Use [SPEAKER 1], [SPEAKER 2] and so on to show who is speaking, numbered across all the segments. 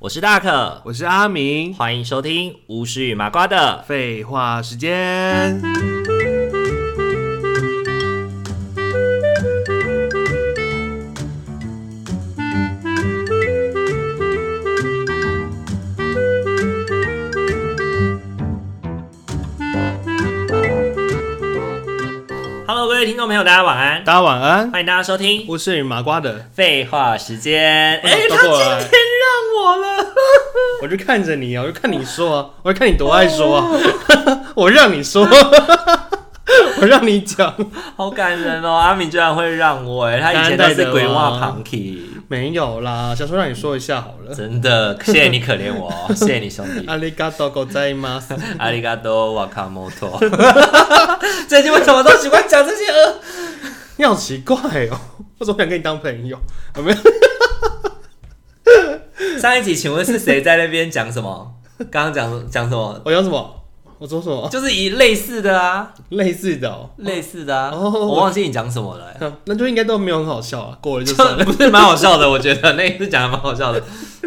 [SPEAKER 1] 我是大可，
[SPEAKER 2] 我是阿明。
[SPEAKER 1] 欢迎收听巫师与麻瓜的。
[SPEAKER 2] 废话时间，
[SPEAKER 1] Hello，各位听众朋友，大家晚安，
[SPEAKER 2] 大家晚安。
[SPEAKER 1] 欢迎大家收听
[SPEAKER 2] 我是麻瓜的，
[SPEAKER 1] 废话时间。哎、
[SPEAKER 2] 都
[SPEAKER 1] 他今
[SPEAKER 2] 过来
[SPEAKER 1] 天让我了，
[SPEAKER 2] 我就看着你啊，我就看你说啊，我就看你多爱说啊， 我让你说， 我让你讲，
[SPEAKER 1] 好感人哦！阿敏居然会让我，哎，他以前都是鬼话旁听，
[SPEAKER 2] 没有啦，想说让你说一下好了。
[SPEAKER 1] 真的，谢谢你可怜我， 谢谢你兄弟。
[SPEAKER 2] 阿里嘎多狗在吗？
[SPEAKER 1] 阿里嘎多瓦卡摩 托，最近为什么都喜欢讲这些呃？
[SPEAKER 2] 你好奇怪哦，我怎么想跟你当朋友？有没有？
[SPEAKER 1] 上一集请问是谁在那边讲什么？刚刚讲讲什么？
[SPEAKER 2] 我讲什么？我说什么？
[SPEAKER 1] 就是以类似的啊，
[SPEAKER 2] 类似的哦，
[SPEAKER 1] 类似的啊，
[SPEAKER 2] 哦
[SPEAKER 1] 我忘记你讲什么了、欸。
[SPEAKER 2] 那就应该都没有很好笑啊，过了就
[SPEAKER 1] 就
[SPEAKER 2] 算了。
[SPEAKER 1] 不是蛮好笑的，我觉得那一次讲的蛮好 笑的。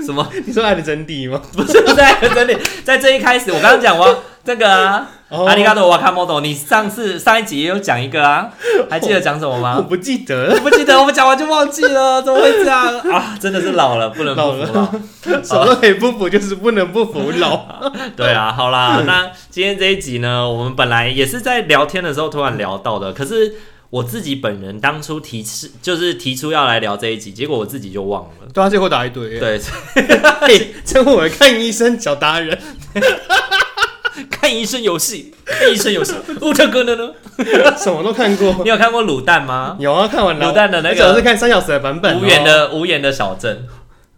[SPEAKER 1] 什么？
[SPEAKER 2] 你说爱的真谛吗？
[SPEAKER 1] 不是不是在真的，在这一开始，我刚刚讲我这个啊，
[SPEAKER 2] 哦
[SPEAKER 1] 阿里嘎多瓦卡莫多，你上次上一集也有讲一个啊，
[SPEAKER 2] 哦
[SPEAKER 1] 还记得讲什么
[SPEAKER 2] 我
[SPEAKER 1] 吗？
[SPEAKER 2] 不记得了
[SPEAKER 1] 我。不记得，我们讲完就忘记了，怎么会这样啊？真的是老了，不能不服啊老。
[SPEAKER 2] 什么都可以不服，就是不能不服老。
[SPEAKER 1] 对啊，好啦，那今天这一集呢，我们本来也是在聊天的时候突然聊到的，可是我自己本人当初提示就是提出要来聊这一集，结果我自己就忘了。
[SPEAKER 2] 对啊，结果打一堆。
[SPEAKER 1] 对，
[SPEAKER 2] 对，趁我看医生小达人，
[SPEAKER 1] 看医生游戏，看医生 游戏，乌特哥的呢？
[SPEAKER 2] 什么都看过。
[SPEAKER 1] 你有看过卤蛋吗？
[SPEAKER 2] 有啊，看完了。
[SPEAKER 1] 卤蛋的那个
[SPEAKER 2] 而且我是看三小时的版本、哦。
[SPEAKER 1] 无言，的无言的小镇，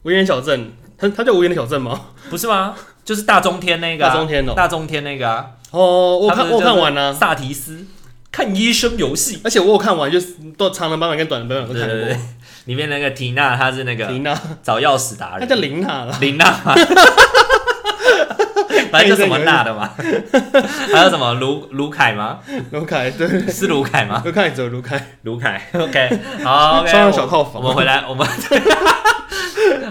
[SPEAKER 2] 无言小镇，他他叫无言的小镇吗？
[SPEAKER 1] 不是吗？就是大中天那个啊、
[SPEAKER 2] 大中天哦
[SPEAKER 1] 大中天那个啊，
[SPEAKER 2] 哦，我看
[SPEAKER 1] 他们就
[SPEAKER 2] 我
[SPEAKER 1] 是
[SPEAKER 2] 看完了、
[SPEAKER 1] 萨提斯看医生游戏，
[SPEAKER 2] 而且我有看完，就是都长的版本跟短的版本
[SPEAKER 1] 对
[SPEAKER 2] 都看
[SPEAKER 1] 对对
[SPEAKER 2] 过。，
[SPEAKER 1] 里面那个缇娜她是那个
[SPEAKER 2] 琳娜，
[SPEAKER 1] 找钥匙达
[SPEAKER 2] 她
[SPEAKER 1] 人，
[SPEAKER 2] 叫琳娜了。
[SPEAKER 1] 林娜嘛，反正就什么娜的 嘛，还有什么卢卢凯吗？
[SPEAKER 2] 卢 凯，对，对对
[SPEAKER 1] 是卢凯吗？
[SPEAKER 2] 我看你只有卢凯。
[SPEAKER 1] 卢凯，OK，好，OK，
[SPEAKER 2] 双人小套房
[SPEAKER 1] 我我们回来，我们。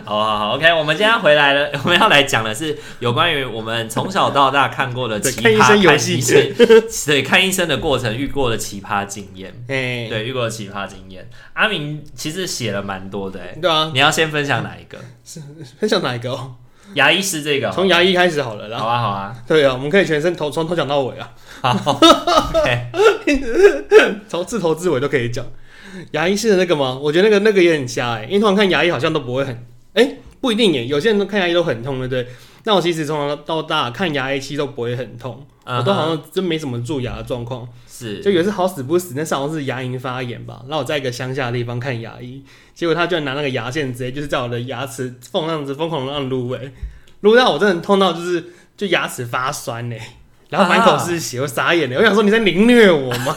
[SPEAKER 1] 好好好，OK，我们今天回来了，我们要来讲的 是有关于我们从小到大看过的
[SPEAKER 2] 对
[SPEAKER 1] 奇葩
[SPEAKER 2] 看医生游戏
[SPEAKER 1] 看医生 对看医生的过程遇过的奇葩经验，
[SPEAKER 2] 哎，
[SPEAKER 1] 对遇过的奇葩经验。阿明其实写了蛮多的、欸，
[SPEAKER 2] 对啊，
[SPEAKER 1] 你要先分享哪一个？
[SPEAKER 2] 分享哪一个哦？
[SPEAKER 1] 牙医师这个好，
[SPEAKER 2] 从牙医开始好了啦。
[SPEAKER 1] 好啊好啊，嗯
[SPEAKER 2] 对啊，我们可以全身头从头讲到尾啊。
[SPEAKER 1] 好，OK，
[SPEAKER 2] 从自头至尾都可以讲。牙医是的那个吗？我觉得那个那个也很瞎哎、因为通常看牙医好像都不会很，哎、不一定耶。有些人都看牙医都很痛，对不对？那我其实从小到大看牙医期都不会很痛，
[SPEAKER 1] 嗯哼
[SPEAKER 2] 我都好像真没什么蛀牙的状况。
[SPEAKER 1] 是
[SPEAKER 2] 就有一次好死不死，那时候好像是牙龈发炎吧。然后我在一个乡下的地方看牙医，结果他居然拿那个牙线直接就是在我的牙齿缝那样子疯狂的让撸哎，撸到我真的痛到就是就牙齿发酸呢、然后满口
[SPEAKER 1] 啊
[SPEAKER 2] 是血，我傻眼了、欸我想说你在凌虐我吗？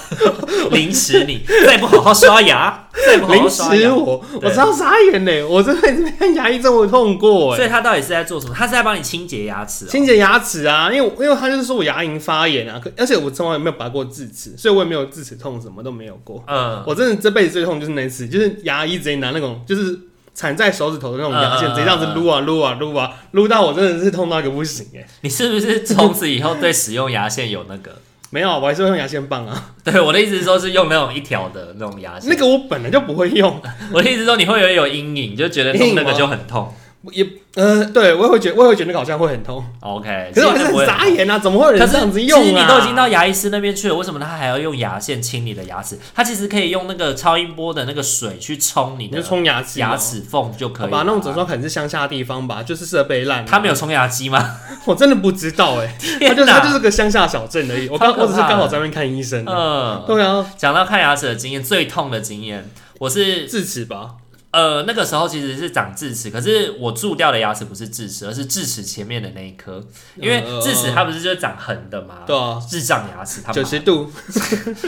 [SPEAKER 1] 凌迟你，再不好好刷牙，再不好好
[SPEAKER 2] 临
[SPEAKER 1] 刷
[SPEAKER 2] 时
[SPEAKER 1] 牙。
[SPEAKER 2] 我，
[SPEAKER 1] 对
[SPEAKER 2] 我超傻眼嘞！我真的是被牙医这么痛过
[SPEAKER 1] 所
[SPEAKER 2] 哎，
[SPEAKER 1] 以他到底是啊在做什么？他是在帮你清洁牙齿、哦。
[SPEAKER 2] 清洁牙齿啊，因为我因为他就是说我牙龈发炎啊，可而且我从来没有拔过智齿，所以我也没有智齿痛，什么都没有过。
[SPEAKER 1] 嗯，
[SPEAKER 2] 我真的这辈子最痛就是那一次，就是牙医直接拿那种就是缠在手指头的那种牙
[SPEAKER 1] 嗯
[SPEAKER 2] 线，
[SPEAKER 1] 嗯嗯
[SPEAKER 2] 直接这样子撸啊撸啊撸啊撸到我真的是痛到一个不行哎！
[SPEAKER 1] 你是不是从此以后对使用牙线有那个？
[SPEAKER 2] 没有，啊我还是会用牙线棒啊，
[SPEAKER 1] 对我的意思是说，是用那种一条的那种牙线。
[SPEAKER 2] 那个我本来就不会用，
[SPEAKER 1] 我的意思是说，你会有有阴影，就觉得弄那个
[SPEAKER 2] 阴影吗
[SPEAKER 1] 就很痛。
[SPEAKER 2] 也呃，对我也会觉得，我也会觉得那个好像会很痛，
[SPEAKER 1] OK，
[SPEAKER 2] 可是我还
[SPEAKER 1] 其
[SPEAKER 2] 是
[SPEAKER 1] 实不会
[SPEAKER 2] 很傻眼啊，怎么会有
[SPEAKER 1] 可
[SPEAKER 2] 人
[SPEAKER 1] 是
[SPEAKER 2] 这样子
[SPEAKER 1] 其实
[SPEAKER 2] 用啊？
[SPEAKER 1] 你都已经到牙医师那边去了，为什么他还要用牙线清你的牙齿？他其实可以用那个超音波的那个水去冲你
[SPEAKER 2] 你就
[SPEAKER 1] 的
[SPEAKER 2] 冲牙齿嘛
[SPEAKER 1] 牙齿缝就可
[SPEAKER 2] 好
[SPEAKER 1] 以
[SPEAKER 2] 吧，
[SPEAKER 1] 了。
[SPEAKER 2] 那种总算可能是乡下的地方吧，就是设备烂。
[SPEAKER 1] 他没有冲牙机吗？
[SPEAKER 2] 我真的不知道 哎、
[SPEAKER 1] 哪
[SPEAKER 2] 他就是他就是个乡下小镇而已。我刚
[SPEAKER 1] 超可怕的
[SPEAKER 2] 我只是刚好在那边看医生而已。
[SPEAKER 1] 嗯，
[SPEAKER 2] 对啊，
[SPEAKER 1] 讲到看牙齿的经验，最痛的经验，我是
[SPEAKER 2] 智齿吧，
[SPEAKER 1] 呃那个时候其实是长智齿，可是我蛀掉的牙齿不是智齿，而是智齿前面的那一颗，因为
[SPEAKER 2] 呃
[SPEAKER 1] 智齿它不是就长横的嘛，
[SPEAKER 2] 对啊，
[SPEAKER 1] 智障牙齿它
[SPEAKER 2] 九
[SPEAKER 1] 们
[SPEAKER 2] 十度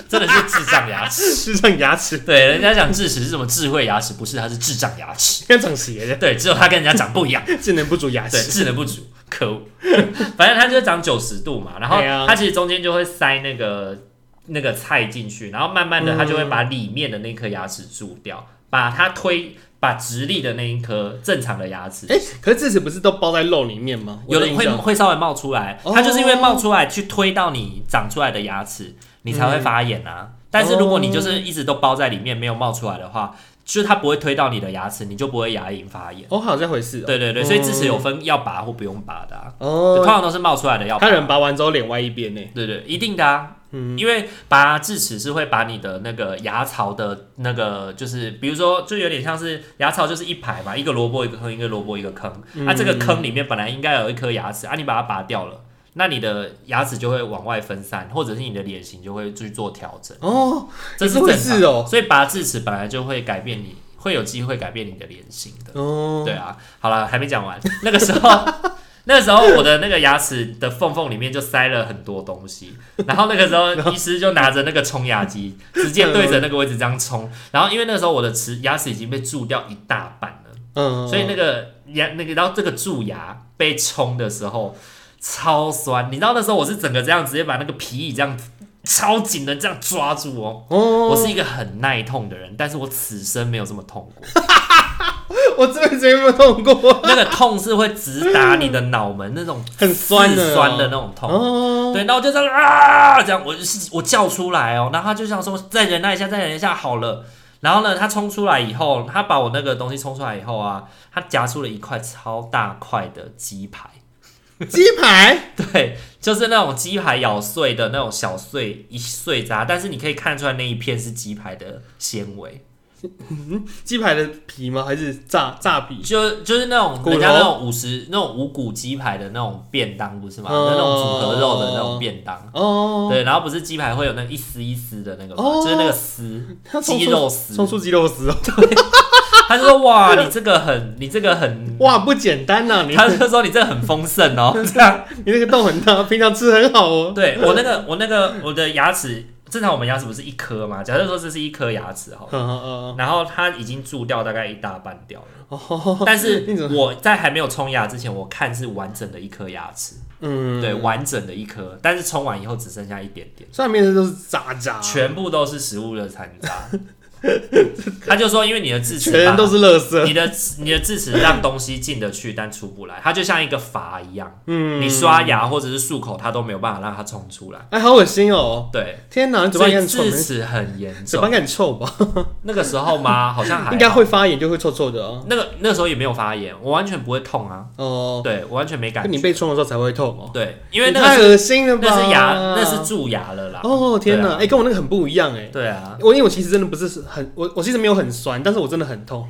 [SPEAKER 1] 真的是智障牙齿。
[SPEAKER 2] 是上牙齿，
[SPEAKER 1] 对，人家讲智齿是什么智慧牙齿，不是，它是智障牙齿。
[SPEAKER 2] 跟长斜
[SPEAKER 1] 对，只有它跟人家长不一 样，
[SPEAKER 2] 的，智能不足牙
[SPEAKER 1] 对，
[SPEAKER 2] 齿。
[SPEAKER 1] 智能不足，可恶。反正它就长九十度嘛，然后
[SPEAKER 2] 对啊
[SPEAKER 1] 它其实中间就会塞那个那
[SPEAKER 2] 嗯
[SPEAKER 1] 个菜进去，然后慢慢的它就会把里面的那颗牙齿蛀掉，把它推把直立的那一颗正常的牙齿，
[SPEAKER 2] 哎、可是智齿不是都包在肉里面吗？
[SPEAKER 1] 有
[SPEAKER 2] 的
[SPEAKER 1] 的会会稍微冒出来，
[SPEAKER 2] 哦
[SPEAKER 1] 它就是因为冒出来去推到你长出来的牙齿，你才
[SPEAKER 2] 嗯
[SPEAKER 1] 会发炎啊。但是如果
[SPEAKER 2] 哦
[SPEAKER 1] 你就是一直都包在里面没有冒出来的话，就是它不会推到你的牙齿，你就不会牙龈发炎。
[SPEAKER 2] 哦，还有这回事、哦。
[SPEAKER 1] 对对对，所以智齿有分要拔或不用拔的、啊，对通
[SPEAKER 2] 哦，
[SPEAKER 1] 常都是冒出来的要拔
[SPEAKER 2] 他。人拔完之后脸歪一边呢、
[SPEAKER 1] 对对，一定的啊，因为拔智齿是会把你的那个牙槽的那个，就是比如说，就有点像是牙槽就是一排嘛，一个萝卜一个坑，一个萝卜一个坑。那、这个坑里面本来应该有一颗牙齿，啊，你把它拔掉了，那你的牙齿就会往外分散，或者是你的脸型就会去做调整，
[SPEAKER 2] 哦，
[SPEAKER 1] 这是正
[SPEAKER 2] 有这回
[SPEAKER 1] 常
[SPEAKER 2] 事
[SPEAKER 1] 的。
[SPEAKER 2] 哦。
[SPEAKER 1] 所以拔智齿本来就会改变你，会有机会改变你的脸型的。
[SPEAKER 2] 哦，
[SPEAKER 1] 对啊，好了，还没讲完。 那个时候，那个时候我的那个牙齿的缝缝里面就塞了很多东西，然后那个时候医师就拿着那个冲牙机，直接对着那个位置这样冲。然后因为那个时候我的齿牙齿已经被蛀掉一大半了，
[SPEAKER 2] 嗯，
[SPEAKER 1] 所以那个牙那个，然后这个蛀牙被冲的时候超酸。你知道那时候我是整个这样直接把那个皮椅这样超紧的这样抓住哦。
[SPEAKER 2] 哦，
[SPEAKER 1] 我是一个很耐痛的人，但是我此生没有这么痛过。
[SPEAKER 2] 我这辈子也没有痛过，
[SPEAKER 1] 那个痛是会直达你的脑门那种
[SPEAKER 2] 很酸的哦
[SPEAKER 1] 刺酸的那种痛。
[SPEAKER 2] 哦，
[SPEAKER 1] 对，然后我就这样啊，这样我是我叫出来哦，然后他就想说再忍耐一下，再忍耐一下好了。然后呢，他冲出来以后，他把我那个东西冲出来以后啊，他夹出了一块超大块的鸡排，
[SPEAKER 2] 鸡排，
[SPEAKER 1] 对，就是那种鸡排咬碎的那种小碎一碎渣，但是你可以看出来那一片是鸡排的纤维，
[SPEAKER 2] 鸡排的皮吗？还是炸炸皮？
[SPEAKER 1] 就就是那
[SPEAKER 2] 骨
[SPEAKER 1] 种
[SPEAKER 2] 头
[SPEAKER 1] 人家那种五十那种五谷鸡排的那种便当，不是吗？
[SPEAKER 2] 哦
[SPEAKER 1] 那种组合肉的那种便当。
[SPEAKER 2] 哦，
[SPEAKER 1] 对，然后不是鸡排会有那个一丝一丝的那个吗？
[SPEAKER 2] 哦
[SPEAKER 1] 就是那个丝
[SPEAKER 2] 它冲出
[SPEAKER 1] 鸡肉丝
[SPEAKER 2] 冲。出鸡肉丝哦，
[SPEAKER 1] 他就 说：“哇，你这个很，你这个很。
[SPEAKER 2] 哇，不简单呐、”你
[SPEAKER 1] 他就说：“你这个很丰盛 哦。”这样，
[SPEAKER 2] 你那个洞很大，平常吃很好哦。
[SPEAKER 1] 对我那个我那个我的牙齿，正常我们牙齿不是一颗吗？假设说这是一颗牙齿好了，
[SPEAKER 2] 嗯嗯
[SPEAKER 1] 然后它已经蛀掉大概一大半掉了，
[SPEAKER 2] 嗯哦，
[SPEAKER 1] 但是
[SPEAKER 2] 你怎
[SPEAKER 1] 我在还没有冲牙之前，我看是完整的一颗牙齿。
[SPEAKER 2] 嗯，
[SPEAKER 1] 对，，完整的一颗，但是冲完以后只剩下一点点，
[SPEAKER 2] 虽然面的都是渣渣，哦
[SPEAKER 1] 全部都是食物的残 渣。他就说，因为你的智齿把
[SPEAKER 2] 全都是垃圾。
[SPEAKER 1] 你的你的智齿让东西进得去，但出不来，它就像一个阀一样，
[SPEAKER 2] 嗯，
[SPEAKER 1] 你刷牙或者是漱口，它都没有办法让它冲出来。
[SPEAKER 2] 哎，好恶心哦！
[SPEAKER 1] 对，
[SPEAKER 2] 天哪，你嘴
[SPEAKER 1] 所
[SPEAKER 2] 巴
[SPEAKER 1] 以
[SPEAKER 2] 应该很臭，
[SPEAKER 1] 智齿很严
[SPEAKER 2] 嘴
[SPEAKER 1] 重
[SPEAKER 2] 巴应。该很臭吧？
[SPEAKER 1] 那个时候吗？好像还
[SPEAKER 2] 应该
[SPEAKER 1] 好
[SPEAKER 2] 会发炎就会臭臭的哦。
[SPEAKER 1] 那个那时候也没有发炎，我完全不会痛啊，
[SPEAKER 2] 哦，
[SPEAKER 1] 对我完全没感
[SPEAKER 2] 你
[SPEAKER 1] 觉。
[SPEAKER 2] 被冲的时候才会痛哦，
[SPEAKER 1] 对，因为那
[SPEAKER 2] 你
[SPEAKER 1] 个
[SPEAKER 2] 太
[SPEAKER 1] 是
[SPEAKER 2] 恶心了吧？
[SPEAKER 1] 那是牙，那是蛀牙了啦。
[SPEAKER 2] 哦，天
[SPEAKER 1] 对
[SPEAKER 2] 哪，
[SPEAKER 1] 啊
[SPEAKER 2] 哎，跟我那个很不一样哎。
[SPEAKER 1] 对啊，
[SPEAKER 2] 我因为我其实真的不是很，我我其实没有很酸，但是我真的很痛，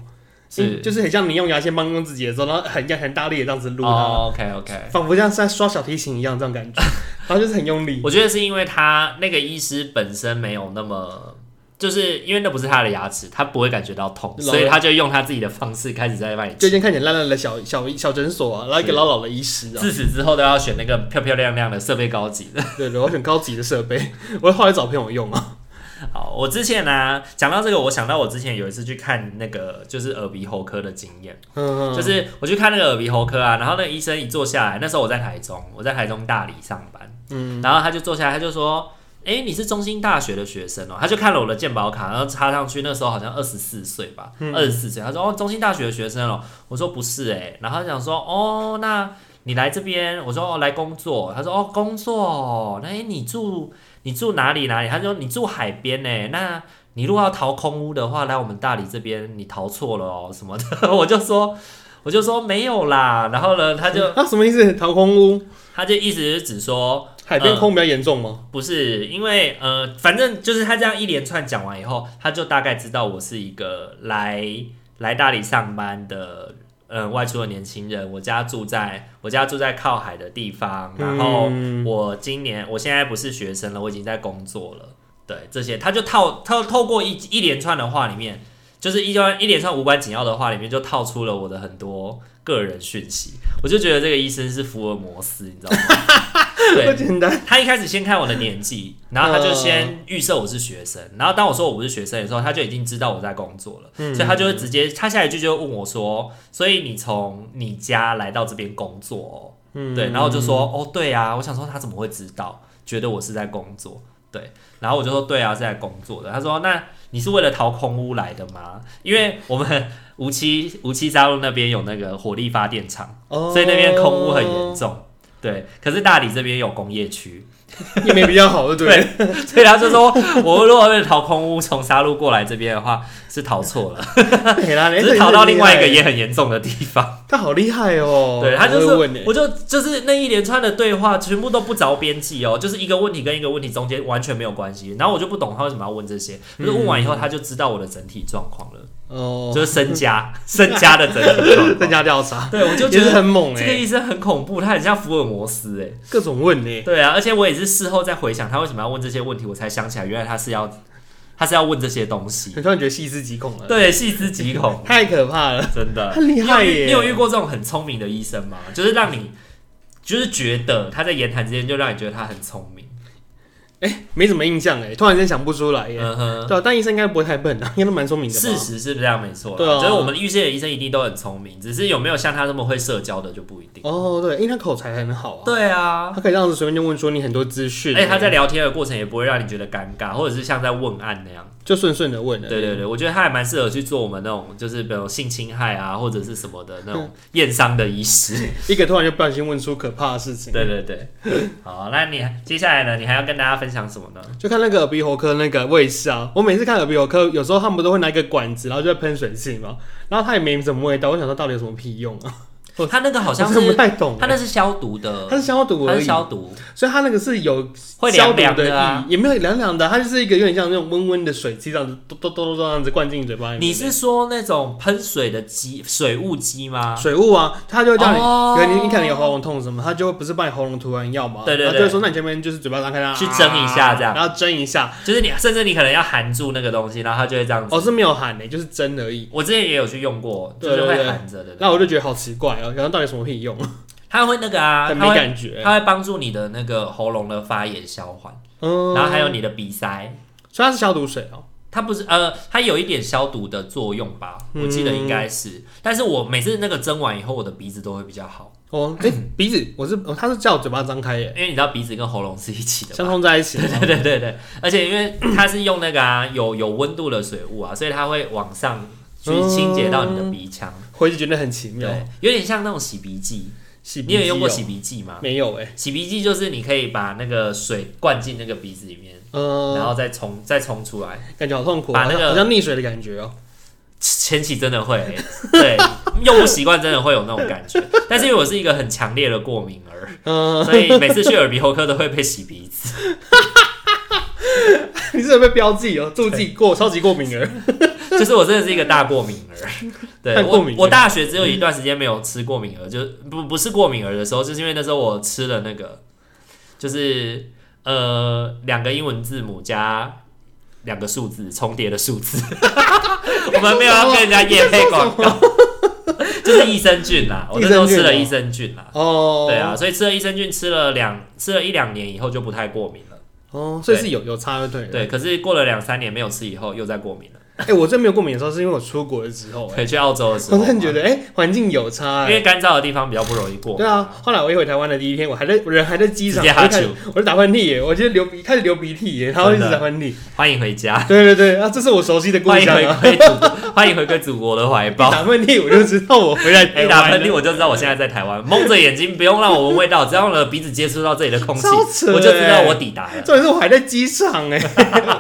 [SPEAKER 1] 是
[SPEAKER 2] 就是很像你用牙线帮用自己的时候，然后很很大力的这样子撸它，
[SPEAKER 1] 哦，OK OK。
[SPEAKER 2] 仿佛像是在刷小提琴一样这种感 觉，然后就是很用力。
[SPEAKER 1] 我觉得是因为他那个医师本身没有那么，就是因为那不是他的牙齿，他不会感觉到痛，
[SPEAKER 2] 老了
[SPEAKER 1] 所以他就用他自己的方式开始在帮你
[SPEAKER 2] 就
[SPEAKER 1] 治。
[SPEAKER 2] 先看起来烂烂的小小小诊所啊，然后一个老老的医师 啊，
[SPEAKER 1] 自此之后都要选那个漂漂亮亮的设备高级的。
[SPEAKER 2] 对对，我选高级的设备，我后来找朋友用啊。
[SPEAKER 1] 好，我之前呢、啊讲到这个，我想到我之前有一次去看那个就是耳鼻喉科的经验，
[SPEAKER 2] 嗯，
[SPEAKER 1] 就
[SPEAKER 2] 就是
[SPEAKER 1] 是我去看那个耳鼻喉科啊，然后那个医生一坐下来，那时候我在台中，我在台中大理上班，嗯，然后他就坐下来，他就说。哎，你是中兴大学的学生哦，他就看了我的健保卡，然后插上去，那时候好像二十四岁吧，二十四岁，他说哦，中兴大学的学生哦，我说不是哎、然后他想说哦，那你来这边，我说哦来工作，他说哦工作哦，那哎你住你住哪里哪里？他说你住海边呢、那你如果要逃空屋的话，来我们大理这边你逃错了哦什么的，我就说我就说没有啦，然后呢，他就
[SPEAKER 2] 啊，什么意思？掏空屋，
[SPEAKER 1] 他就意思是只说
[SPEAKER 2] 海边空比较严重吗？
[SPEAKER 1] 不是，因为呃，反正就是他这样一连串讲完以后，他就大概知道我是一个来来大理上班的。嗯，外出的年轻人，我家住在我家住在靠海的地方，然后
[SPEAKER 2] 嗯
[SPEAKER 1] 我今年我现在不是学生了，我已经在工作了，对这些，他就套透透过一一连串的话里面，就是一段一连串无关紧要的话里面，就套出了我的很多个人讯息，我就觉得这个医生是福尔摩斯，你知道吗？对
[SPEAKER 2] 不，简单。
[SPEAKER 1] 他一开始先看我的年纪，然后他就先预设我是学生，然后当我说我不是学生的时候，他就已经知道我在工作了，所以他就会直接，他下一句就会问我说，所以你从你家来到这边工作、哦，
[SPEAKER 2] 嗯
[SPEAKER 1] 对，然后我就说，哦，对啊，我想说他怎么会知道，觉得我是在工作，然后我就说对啊，是在工作的。他说那你是为了逃空屋来的吗？因为我们 无期无期沙路那边有那个火力发电厂，
[SPEAKER 2] 哦，
[SPEAKER 1] 所以那边空屋很严重。对，可是大理这边有工业区，
[SPEAKER 2] 也没比较好，对不对？
[SPEAKER 1] 所以他就说，我如果为了逃空屋从沙路过来这边的话，是逃错了，
[SPEAKER 2] 对 啦，
[SPEAKER 1] 只是逃到另外一个
[SPEAKER 2] 耶，
[SPEAKER 1] 也很严重的地方。
[SPEAKER 2] 他好厉害哦，
[SPEAKER 1] 对他就
[SPEAKER 2] 我
[SPEAKER 1] 是
[SPEAKER 2] 会问耶，
[SPEAKER 1] 我就就是那一连串的对话，全部都不着边际哦，就是一个问题跟一个问题中间完全没有关系。然后我就不懂他为什么要问这些，就是问完以后他就知道我的整体状况了，
[SPEAKER 2] 哦，
[SPEAKER 1] 就是身家 身家的整体状
[SPEAKER 2] 增
[SPEAKER 1] 况。
[SPEAKER 2] 加调查，
[SPEAKER 1] 对，我就
[SPEAKER 2] 也
[SPEAKER 1] 觉
[SPEAKER 2] 是
[SPEAKER 1] 得
[SPEAKER 2] 很猛
[SPEAKER 1] 这个
[SPEAKER 2] 哎，
[SPEAKER 1] 医生很恐怖，他很像福尔摩斯哎、
[SPEAKER 2] 各种问欸呢，
[SPEAKER 1] 对啊，而且我也是事后再回想他为什么要问这些问题，我才想起来，原来他是要他是要问这些东西。
[SPEAKER 2] 很突然觉得细思极恐了，，
[SPEAKER 1] 对，细思极恐
[SPEAKER 2] 太可怕了，
[SPEAKER 1] 真的
[SPEAKER 2] 很厉害
[SPEAKER 1] 你有遇
[SPEAKER 2] 耶
[SPEAKER 1] 你有遇过这种很聪明的医生吗？就是让你就是觉得他在言谈之间就让你觉得他很聪明。
[SPEAKER 2] 没什么印象哎，突然间想不出来耶，
[SPEAKER 1] 嗯哼，
[SPEAKER 2] 对啊，但医生应该不会太笨啊， 应该都蛮聪明的吧，
[SPEAKER 1] 事实是这样没错啦，
[SPEAKER 2] 对啊
[SPEAKER 1] 就是我们遇见的医生一定都很聪明，只是有没有像他那么会社交的就不一定。
[SPEAKER 2] 哦，对，因为他口才很好啊，
[SPEAKER 1] 对啊。
[SPEAKER 2] 他可以这样子随便就问出你很多资讯，
[SPEAKER 1] 哎，他在聊天的过程也不会让你觉得尴尬，或者是像在问案那样。
[SPEAKER 2] 就顺顺的问了，
[SPEAKER 1] 对对对，我觉得他还蛮适合去做我们那种，就是比如性侵害啊，或者是什么的那
[SPEAKER 2] 嗯
[SPEAKER 1] 种验伤的医 师。
[SPEAKER 2] 一个突然就不小心问出可怕的事情，
[SPEAKER 1] 对对对，好，那你接下来呢？你还要跟大家分享什么呢？
[SPEAKER 2] 就看那个耳鼻喉科那个卫士啊，我每次看耳鼻喉科，有时候他们都会拿一个管子，然后就在喷水器嘛，然后它也没什么味道，我想说到底有什么屁用啊？
[SPEAKER 1] 他那个好像
[SPEAKER 2] 我真的
[SPEAKER 1] 是
[SPEAKER 2] 不，太懂
[SPEAKER 1] 他，那是消毒的
[SPEAKER 2] 它，是消毒
[SPEAKER 1] 他
[SPEAKER 2] 而
[SPEAKER 1] 是
[SPEAKER 2] 已，
[SPEAKER 1] 消毒，
[SPEAKER 2] 所以它那个是有
[SPEAKER 1] 会
[SPEAKER 2] 消
[SPEAKER 1] 凉
[SPEAKER 2] 毒
[SPEAKER 1] 凉
[SPEAKER 2] 的意义，
[SPEAKER 1] 的啊。
[SPEAKER 2] 也没有凉凉的，它就是一个有点像那种温温的水汽这样子，咚咚咚咚咚这样子灌进嘴巴里面。
[SPEAKER 1] 你是说那种喷水的机水雾机吗？
[SPEAKER 2] 水雾啊，它就会叫你，
[SPEAKER 1] 哦
[SPEAKER 2] 可能你你可能有喉咙痛什么，它就会不是帮你喉咙涂完药嘛，
[SPEAKER 1] 对对
[SPEAKER 2] 然后就
[SPEAKER 1] 对
[SPEAKER 2] 会说那你前面就是嘴巴张开它啊
[SPEAKER 1] 去蒸一下这样
[SPEAKER 2] 然后蒸一下，
[SPEAKER 1] 就是你，甚至你可能要含住那个东西，然后它就会这样子。
[SPEAKER 2] 哦是没有喊的、就是蒸而已。
[SPEAKER 1] 我之前也有去用过，就
[SPEAKER 2] 对
[SPEAKER 1] 是
[SPEAKER 2] 对
[SPEAKER 1] 会
[SPEAKER 2] 对
[SPEAKER 1] 含着的。
[SPEAKER 2] 那我就觉得好奇怪哦，然后到底有什么屁用？
[SPEAKER 1] 它会那个啊，
[SPEAKER 2] 很
[SPEAKER 1] 它
[SPEAKER 2] 没
[SPEAKER 1] 会
[SPEAKER 2] 感觉。
[SPEAKER 1] 它会帮助你的那个喉咙的发炎消缓。
[SPEAKER 2] 嗯，
[SPEAKER 1] 然后还有，你的鼻塞，
[SPEAKER 2] 所以它是消毒水哦。
[SPEAKER 1] 它不是呃，它有一点消毒的作用吧？
[SPEAKER 2] 嗯
[SPEAKER 1] 我记得应该是，但是我每次那个蒸完以后，我的鼻子都会比较好，
[SPEAKER 2] 哦， 哎、鼻子，我是，哦它是叫嘴巴张开耶，
[SPEAKER 1] 因为你知道鼻子跟喉咙是一起的
[SPEAKER 2] 相
[SPEAKER 1] 嘛。
[SPEAKER 2] 通在一起。
[SPEAKER 1] 对对对对，而且因为它是用那个啊有有温度的水雾啊，所以它会往上去清洁到你的鼻腔，
[SPEAKER 2] 回去觉得很奇妙。
[SPEAKER 1] 对，有点像那种洗鼻剂。
[SPEAKER 2] 洗鼻
[SPEAKER 1] 你有用过
[SPEAKER 2] 机哦
[SPEAKER 1] 洗？鼻剂吗？
[SPEAKER 2] 没有哎。
[SPEAKER 1] 洗鼻剂就是你可以把那个水灌进那个鼻子里面，然
[SPEAKER 2] 嗯，
[SPEAKER 1] 后再冲再冲出来。
[SPEAKER 2] 感觉好痛苦哦，
[SPEAKER 1] 把那个
[SPEAKER 2] 好像溺水的感觉哦。
[SPEAKER 1] 前期真的会，对，用不习惯真的会有那种 感觉。但是因为我是一个很强烈的过敏儿，
[SPEAKER 2] 嗯，
[SPEAKER 1] 所以每次去耳鼻喉科都会被洗鼻子。
[SPEAKER 2] 你是有被标记哦，注记过超级过敏 儿。
[SPEAKER 1] 就是我真的是一个大过敏儿。对
[SPEAKER 2] 太过
[SPEAKER 1] 我
[SPEAKER 2] 敏，了
[SPEAKER 1] 我大学只有一段时间没有吃过敏儿，就不不是过敏儿的时候，就是因为那时候我吃了那个，就是呃两个英文字母加。两个数字重叠的数 字，我们没有要跟人家夜配广告，就是益生菌啦。我那时候吃了益生菌啦，
[SPEAKER 2] 哦，
[SPEAKER 1] 对啊，，所以吃了益生菌，吃了两吃了一两年以后就不太过敏了。
[SPEAKER 2] 哦，所以是有有差就对了。
[SPEAKER 1] 对，可是过了两三年没有吃以后又再过敏了。
[SPEAKER 2] 哎，我最没有过敏的时候是因为我出国的时候，哎，
[SPEAKER 1] 对，去澳洲的时候
[SPEAKER 2] 我
[SPEAKER 1] 嘛，
[SPEAKER 2] 真的觉得哎环境有差
[SPEAKER 1] 因为
[SPEAKER 2] 哎。
[SPEAKER 1] 干燥的地方比较不容易过敏。
[SPEAKER 2] 对啊，后来我一回台湾的第一天，我还在我人还在机场，
[SPEAKER 1] 直接哈
[SPEAKER 2] 我就开始
[SPEAKER 1] 啾
[SPEAKER 2] 我就打喷嚏耶，我就流鼻开始流鼻涕耶，然后一直
[SPEAKER 1] 真的
[SPEAKER 2] 打喷嚏。
[SPEAKER 1] 欢迎回家，
[SPEAKER 2] 对对对，啊，这是我熟悉的 故
[SPEAKER 1] 欢迎
[SPEAKER 2] 乡
[SPEAKER 1] 回
[SPEAKER 2] 啊！
[SPEAKER 1] 归祖，欢迎回归祖国 的怀抱。
[SPEAKER 2] 打喷嚏我就知 道我回来台
[SPEAKER 1] 一
[SPEAKER 2] 湾
[SPEAKER 1] 打喷嚏，
[SPEAKER 2] 了
[SPEAKER 1] 我就知道我现在在台 湾。蒙着眼睛，不用让我闻味道，只要我的鼻子接触到这里的空气
[SPEAKER 2] 超，扯
[SPEAKER 1] 我就知道
[SPEAKER 2] 欸
[SPEAKER 1] 我抵达了。
[SPEAKER 2] 重点是我还在机场 哎、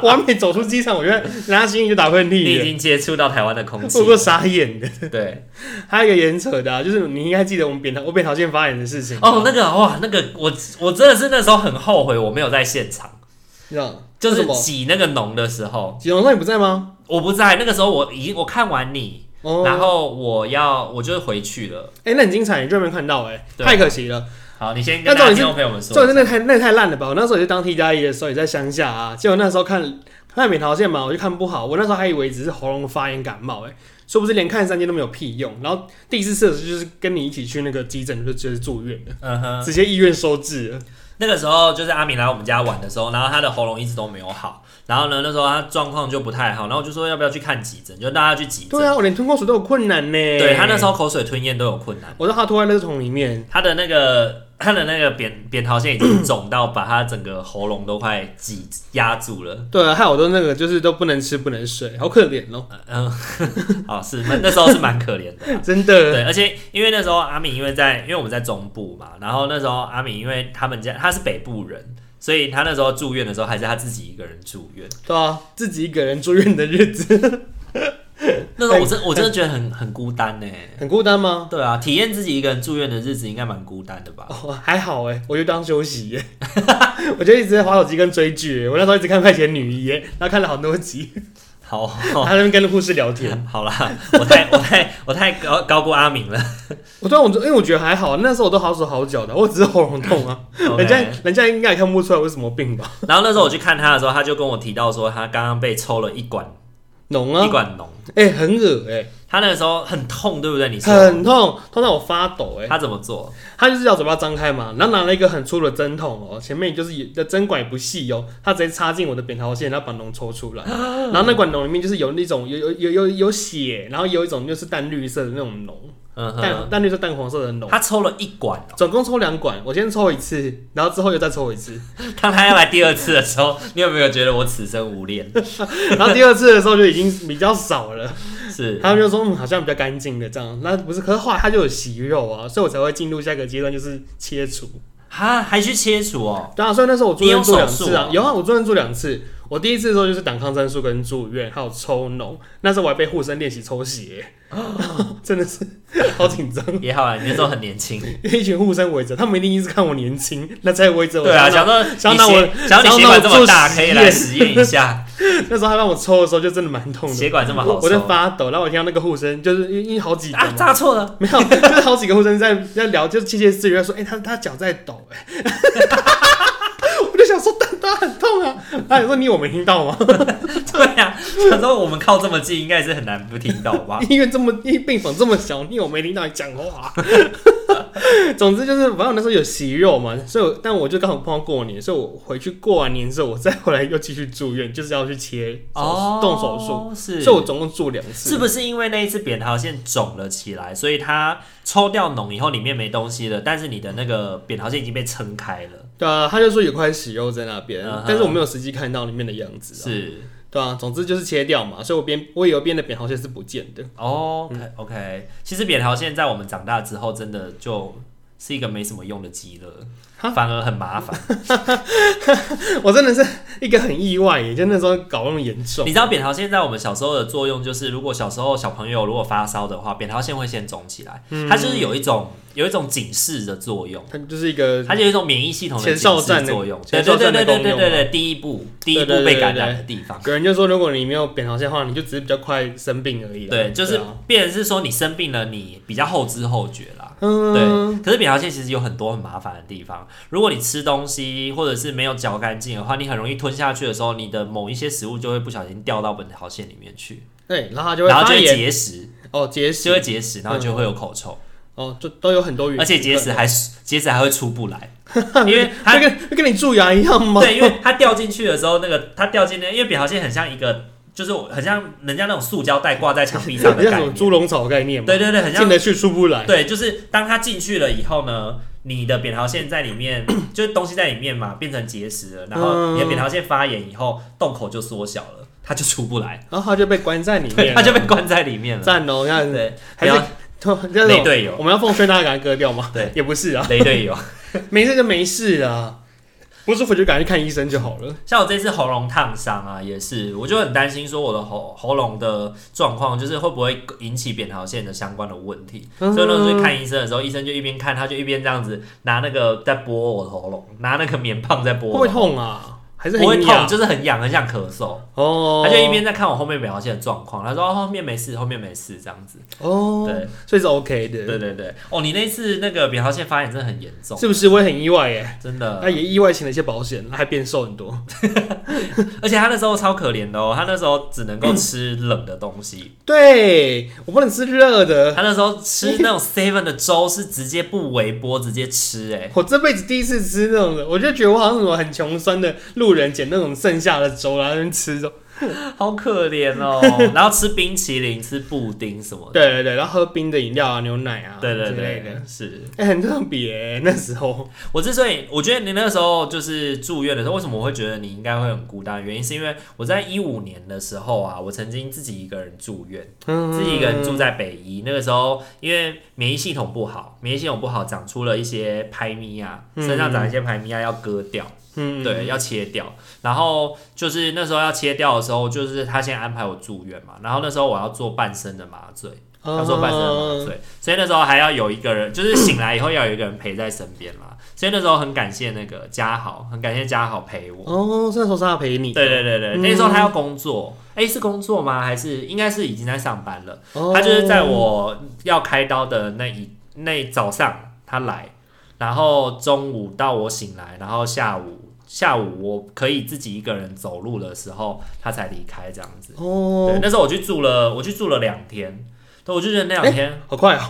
[SPEAKER 2] 我还没走出机场，我就在拿行李就打喷
[SPEAKER 1] 你已
[SPEAKER 2] 嚏耶，
[SPEAKER 1] 经接触到台湾的空气
[SPEAKER 2] 我，够傻眼的。
[SPEAKER 1] 对
[SPEAKER 2] 还有一个严扯的、啊，就是你应该记得我们扁桃我扁桃腺发炎的事情
[SPEAKER 1] 哦，那个哇，那个我我真的是那时候很后悔，我没有在现场，
[SPEAKER 2] 你知道
[SPEAKER 1] 就
[SPEAKER 2] 为
[SPEAKER 1] 是
[SPEAKER 2] 什么？
[SPEAKER 1] 挤那个脓的时候，
[SPEAKER 2] 吉隆说你不在吗？
[SPEAKER 1] 我不在，那个时候我已经我看完你，
[SPEAKER 2] 哦，
[SPEAKER 1] 然后我要我就回去了。
[SPEAKER 2] 哎、那很精彩，你居然没看到哎、
[SPEAKER 1] 对啊
[SPEAKER 2] 太可惜了。
[SPEAKER 1] 好，你先
[SPEAKER 2] 那
[SPEAKER 1] 跟大家
[SPEAKER 2] 重点是
[SPEAKER 1] 听众朋友们
[SPEAKER 2] 重点
[SPEAKER 1] 说，
[SPEAKER 2] 是那太那太烂了吧！我那时候也是当替代役的时候，也在乡下啊，结果那时候看看扁桃腺嘛，我就看不好，我那时候还以为只是喉咙发炎感冒哎、殊不知连看三天都没有屁用。然后第四次的时候就是跟你一起去那个急诊，就直接住院了，
[SPEAKER 1] 嗯哼，
[SPEAKER 2] 直接医院收治了。
[SPEAKER 1] 那个时候就是阿敏来我们家玩的时候，然后她的喉咙一直都没有好，然后呢那时候她状况就不太好，然后我就说要不要去看急诊，就带她去急诊。
[SPEAKER 2] 对啊，我连吞口水都有困难呢。
[SPEAKER 1] 对她那时
[SPEAKER 2] 候，
[SPEAKER 1] 候口水吞咽都有困难，
[SPEAKER 2] 我让他拖在垃圾桶里面，
[SPEAKER 1] 她的那个他的那个扁扁桃腺已经肿到把他整个喉咙都快挤压住了。
[SPEAKER 2] 对啊，害我都那个就是都不能吃不能睡，好可怜哦，
[SPEAKER 1] 嗯，哦，是那那时候是蛮可怜的啊、
[SPEAKER 2] 真的。
[SPEAKER 1] 对，而且因为那时候阿敏因为在，因为我们在中部嘛，然后那时候阿敏因为他们家他是北部人，所以他那时候住院的时候还是他自己一个人住院。
[SPEAKER 2] 对啊，自己一个人住院的日子
[SPEAKER 1] 那时候我真我真的觉得很很孤单呢。
[SPEAKER 2] 很孤单吗？
[SPEAKER 1] 对啊，体验自己一个人住院的日子应该蛮孤单的吧？
[SPEAKER 2] 哦，还好哎，我就当休息耶， 我就一直在划手机跟追剧耶。我那时候一直看《快钱女医》耶，然后看了好多集，
[SPEAKER 1] 好，
[SPEAKER 2] 他在那边跟护士聊 天。
[SPEAKER 1] 好啦，我太我太我太高高估阿敏了。
[SPEAKER 2] 我突然我就因为我觉得还好，那时候我都好手好脚的，我只是喉咙痛啊，
[SPEAKER 1] 哦 OK
[SPEAKER 2] 人家人家应该也看不出来我有什么病吧？
[SPEAKER 1] 然后那时候我去看他的时候，他就跟我提到说，他刚刚被抽了一管
[SPEAKER 2] 脓
[SPEAKER 1] 一
[SPEAKER 2] 啊，
[SPEAKER 1] 管脓，
[SPEAKER 2] 哎、很恶哎、
[SPEAKER 1] 他那个时候很痛，对不对？你说
[SPEAKER 2] 很痛，痛到我发抖哎、
[SPEAKER 1] 他怎么做？
[SPEAKER 2] 他就是要嘴巴张开嘛，然后拿了一个很粗的针筒哦，前面就是也的针管也不细哦，他直接插进我的扁桃腺，然后把脓抽出来，然后那管脓里面就是有那种有有有有有血，然后有一种就是淡绿色的那种脓，
[SPEAKER 1] 嗯
[SPEAKER 2] 淡
[SPEAKER 1] 哼，
[SPEAKER 2] 淡绿色淡黄色的脓。
[SPEAKER 1] 他抽了一管哦。
[SPEAKER 2] 总共抽两管，我先抽一次，然后之后又再抽一次，
[SPEAKER 1] 当他要来第二次的时候，你有没有觉得我此生无恋？
[SPEAKER 2] 然后第二次的时候就已经比较少了。
[SPEAKER 1] 是，
[SPEAKER 2] 他们就说嗯，好像比较干净的这样，那不是？可是后来他就有息肉啊，所以我才会进入下一个阶段，就是切除。
[SPEAKER 1] 哈，还去切除哦。
[SPEAKER 2] 对啊，所以那时候我住院住两次
[SPEAKER 1] 你有手术
[SPEAKER 2] 啊
[SPEAKER 1] 啊，
[SPEAKER 2] 有啊，我住院住两次。我第一次的时候就是打抗生素跟住院，还有抽脓，那时候我还被护生练习抽血，
[SPEAKER 1] 哦
[SPEAKER 2] 真的是好紧张。
[SPEAKER 1] 也好啊，你那时候很年 轻。
[SPEAKER 2] 因为一群护生围着，他们一定是看我年轻，那才围着我。
[SPEAKER 1] 对啊，
[SPEAKER 2] 然
[SPEAKER 1] 想
[SPEAKER 2] 后
[SPEAKER 1] 说
[SPEAKER 2] 想
[SPEAKER 1] 你
[SPEAKER 2] 到我
[SPEAKER 1] 血，想到你血
[SPEAKER 2] 想到我
[SPEAKER 1] 管这么大，
[SPEAKER 2] 做
[SPEAKER 1] 可
[SPEAKER 2] 实
[SPEAKER 1] 以
[SPEAKER 2] 验
[SPEAKER 1] 来实验一下，
[SPEAKER 2] 那时候他让我抽的时候就真的蛮痛
[SPEAKER 1] 血
[SPEAKER 2] 的，
[SPEAKER 1] 管这么好
[SPEAKER 2] 我我在
[SPEAKER 1] 抽
[SPEAKER 2] 发抖。然后我听到那个护生就是因为好几个
[SPEAKER 1] 啊，
[SPEAKER 2] 嘛，
[SPEAKER 1] 扎错了。
[SPEAKER 2] 没有， 就是好几个护士在在聊，就是窃窃私语，在说，哎、他他脚在抖、哎， 我就想说，但他很痛啊，他说你有没听到吗？
[SPEAKER 1] 对啊，想说我们靠这么近，应该是很难不听到吧？
[SPEAKER 2] 医院这么医病房这么小，你有没听到你讲话？ 总之就是，反正我那时候有息肉嘛，所以我但我就刚好碰到过年，所以我回去过完年之后，我再回来又继续住院，就是要去切手术、 动手术，
[SPEAKER 1] 术哦是，
[SPEAKER 2] 所以我总共住两次。
[SPEAKER 1] 是不是因为那一次扁桃腺肿了起来，所以它抽掉脓以后里面没东西了，但是你的那个扁桃腺已经被撑开了，
[SPEAKER 2] 对啊，他就说有块息肉在那边
[SPEAKER 1] 嗯哼
[SPEAKER 2] 但是我没有实际看到里面的样子、啊。
[SPEAKER 1] 是。
[SPEAKER 2] 对啊，总之就是切掉嘛，所以我边我以为边的扁桃腺是不见的。
[SPEAKER 1] 哦、o k OK，其实扁桃腺在我们长大之后，真的就是一个没什么用的肌
[SPEAKER 2] 哈
[SPEAKER 1] 了，反而很麻烦。
[SPEAKER 2] 我真的是一个很意外耶，就那时候搞那么严重
[SPEAKER 1] 你。知道扁桃腺在我们小时候的作用，就是如果小时候小朋友如果发烧的话，扁桃腺会先肿起来，它就是有一种有一种警示的作用，
[SPEAKER 2] 它就是一个
[SPEAKER 1] 它就有一种免疫系统的
[SPEAKER 2] 前
[SPEAKER 1] 警
[SPEAKER 2] 哨
[SPEAKER 1] 示
[SPEAKER 2] 站的
[SPEAKER 1] 作用。对
[SPEAKER 2] 前
[SPEAKER 1] 对
[SPEAKER 2] 哨
[SPEAKER 1] 对
[SPEAKER 2] 站
[SPEAKER 1] 对对对
[SPEAKER 2] 的功用
[SPEAKER 1] 对
[SPEAKER 2] 嘛
[SPEAKER 1] 对，第一步第一
[SPEAKER 2] 对对
[SPEAKER 1] 步
[SPEAKER 2] 对
[SPEAKER 1] 被
[SPEAKER 2] 对
[SPEAKER 1] 感
[SPEAKER 2] 对
[SPEAKER 1] 染的地方。
[SPEAKER 2] 有人就说，如果你没有扁桃腺的话，你就只是比较快生病而已啦。
[SPEAKER 1] 对，就是
[SPEAKER 2] 啊
[SPEAKER 1] 变成是说你生病了，你比较后知后觉啦。
[SPEAKER 2] 嗯，
[SPEAKER 1] 对，可是扁桃腺其实有很多很麻烦的地方。如果你吃东西或者是没有嚼干净的话，你很容易吞下去的时候，你的某一些食物就会不小心掉到扁桃腺里面去，
[SPEAKER 2] 对，然后它就会
[SPEAKER 1] 然后
[SPEAKER 2] 发
[SPEAKER 1] 就会
[SPEAKER 2] 炎
[SPEAKER 1] 结石，
[SPEAKER 2] 哦，结
[SPEAKER 1] 就
[SPEAKER 2] 石
[SPEAKER 1] 会结石，然后就会有口臭，
[SPEAKER 2] 哦，就都有很多原因，
[SPEAKER 1] 而且结石还结石还会出不 来，因为
[SPEAKER 2] 它
[SPEAKER 1] 它
[SPEAKER 2] 跟会跟你蛀牙一样吗？
[SPEAKER 1] 对，因为它掉进去的时候，那个它掉进那，因为扁桃腺很像一个，就是很像人家那种塑胶袋挂在墙壁上
[SPEAKER 2] 很
[SPEAKER 1] 的
[SPEAKER 2] 像
[SPEAKER 1] 概
[SPEAKER 2] 什么
[SPEAKER 1] 念。
[SPEAKER 2] 猪笼草概念嘛，
[SPEAKER 1] 对对对，很像
[SPEAKER 2] 进得去出不来。
[SPEAKER 1] 对，就是当它进去了以后呢，你的扁桃腺在里面，就是东西在里面嘛，变成结石了，然后你的扁桃腺发炎以后，洞口就缩小了，它就出不来，
[SPEAKER 2] 然后它就被关在里
[SPEAKER 1] 对，
[SPEAKER 2] 面，
[SPEAKER 1] 它就被关在里面了。
[SPEAKER 2] 赞哦，你看
[SPEAKER 1] 对，
[SPEAKER 2] 还
[SPEAKER 1] 不
[SPEAKER 2] 是
[SPEAKER 1] 要
[SPEAKER 2] 这
[SPEAKER 1] 雷
[SPEAKER 2] 种
[SPEAKER 1] 队友，
[SPEAKER 2] 我们要奉劝大家赶快割掉吗？
[SPEAKER 1] 对，
[SPEAKER 2] 也不是啊，
[SPEAKER 1] 雷队友。
[SPEAKER 2] 没事就没事啦，不舒服就赶快去看医生就好了。
[SPEAKER 1] 像我这次喉咙烫伤啊，也是，我就很担心说我的喉喉咙的状况，就是会不会引起扁桃腺的相关的问题。
[SPEAKER 2] 嗯
[SPEAKER 1] 所以那时候去看医生的时候，医生就一边看，他就一边这样子拿那个在拨我的喉咙，拿那个棉棒在拨
[SPEAKER 2] 会
[SPEAKER 1] 我
[SPEAKER 2] 不会
[SPEAKER 1] 的喉咙。
[SPEAKER 2] 痛啊？还是很
[SPEAKER 1] 不会
[SPEAKER 2] 痒
[SPEAKER 1] 痛，就是很痒，很想咳嗽。
[SPEAKER 2] 哦，
[SPEAKER 1] 他就一边在看我后面扁桃腺的状况，他说、哦、后面没事，后面没事这样子。
[SPEAKER 2] 哦，
[SPEAKER 1] 对，
[SPEAKER 2] 所以是 OK 的，
[SPEAKER 1] 对对对，哦，你那次那个扁桃腺发炎真的很严重，
[SPEAKER 2] 是不是？我也很意外耶，
[SPEAKER 1] 真
[SPEAKER 2] 他
[SPEAKER 1] 的。
[SPEAKER 2] 也意外请了一些保险，还变瘦很多。
[SPEAKER 1] 而且他那时候超可怜的哦，他那时候只能够吃冷的东 西，
[SPEAKER 2] 对我不能吃热的，
[SPEAKER 1] 他那时候吃那种 seven 的粥是直接不微波直接吃、哎，
[SPEAKER 2] 我这辈子第 一次吃那种的，我就觉得我好像什么很穷酸的路人捡那种剩下的粥，然后在那边吃粥，
[SPEAKER 1] 好可怜 哦。然后吃冰淇淋、吃布丁什么的，
[SPEAKER 2] 对对对，然后喝冰的饮料啊、牛奶 啊，
[SPEAKER 1] 对对
[SPEAKER 2] 之类
[SPEAKER 1] 对
[SPEAKER 2] 的，，
[SPEAKER 1] 是
[SPEAKER 2] 哎、很特别、那时候。
[SPEAKER 1] 我之所以我觉得你那个时候就是住院的时候，为什么我会觉得你应该会很孤单？原因是因为我在一五年的时候啊，我曾经自己一个人住院，自己一个人住在北医。那个时候因为免疫系统不好，免疫系统不好长出了一些拍咪啊，身上长一些拍咪啊要割掉。
[SPEAKER 2] 嗯，
[SPEAKER 1] 对，要切掉。然后就是那时候要切掉的时候，就是他先安排我住院嘛。然后那时候我要做半身的麻醉，
[SPEAKER 2] 嗯，
[SPEAKER 1] 他说啊半身的麻醉，所以那时候还要有一个人，就是醒来以后要有一个人陪在身边啦。所以那时候很感谢那个嘉豪，很感谢嘉豪陪我。
[SPEAKER 2] 哦，那时候是他陪你，
[SPEAKER 1] 对对对对，
[SPEAKER 2] 嗯
[SPEAKER 1] 那时候他要工作，哎、是工作吗？还是应该是已经在上班了？
[SPEAKER 2] 哦，
[SPEAKER 1] 他就是在我要开刀的那一那一早上他来，然后中午到我醒来，然后下午下午我可以自己一个人走路的时候，他才离开这样子。对
[SPEAKER 2] 哦，，
[SPEAKER 1] 那时候我去住了，我去住了两天，对，我就觉得那两天、
[SPEAKER 2] 好快哦，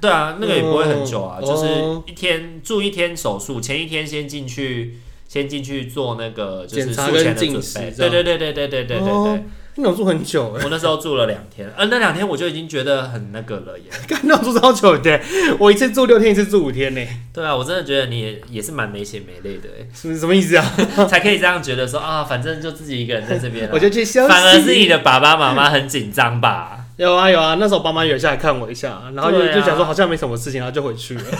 [SPEAKER 1] 对啊，那个也不会很久啊，
[SPEAKER 2] 哦
[SPEAKER 1] 就是一天住一天手术，前一天先进去。先进去做那个就是
[SPEAKER 2] 检查
[SPEAKER 1] 术前的
[SPEAKER 2] 跟
[SPEAKER 1] 准
[SPEAKER 2] 进食
[SPEAKER 1] 备，对
[SPEAKER 2] 这
[SPEAKER 1] 对
[SPEAKER 2] 样
[SPEAKER 1] 对对对对对对
[SPEAKER 2] 哦
[SPEAKER 1] 对。
[SPEAKER 2] 那种住很久 哎、
[SPEAKER 1] 我那时候住了两天，呃，那两天我就已经觉得很那个了耶。
[SPEAKER 2] 干那种住超久的，我一次住六天，一次住五天呢、
[SPEAKER 1] 对啊，我真的觉得你也也是蛮没血没泪的欸，
[SPEAKER 2] 什么什么意思啊？
[SPEAKER 1] 才可以这样觉得说啊，反正就自己一个人在这边、啊。
[SPEAKER 2] 我就去休息。
[SPEAKER 1] 反而是你的爸爸妈妈很紧张吧？
[SPEAKER 2] 有啊有啊，那时候爸妈有下来看我一下，然后就、
[SPEAKER 1] 对啊
[SPEAKER 2] 就想说好像没什么事情，然后就回去了，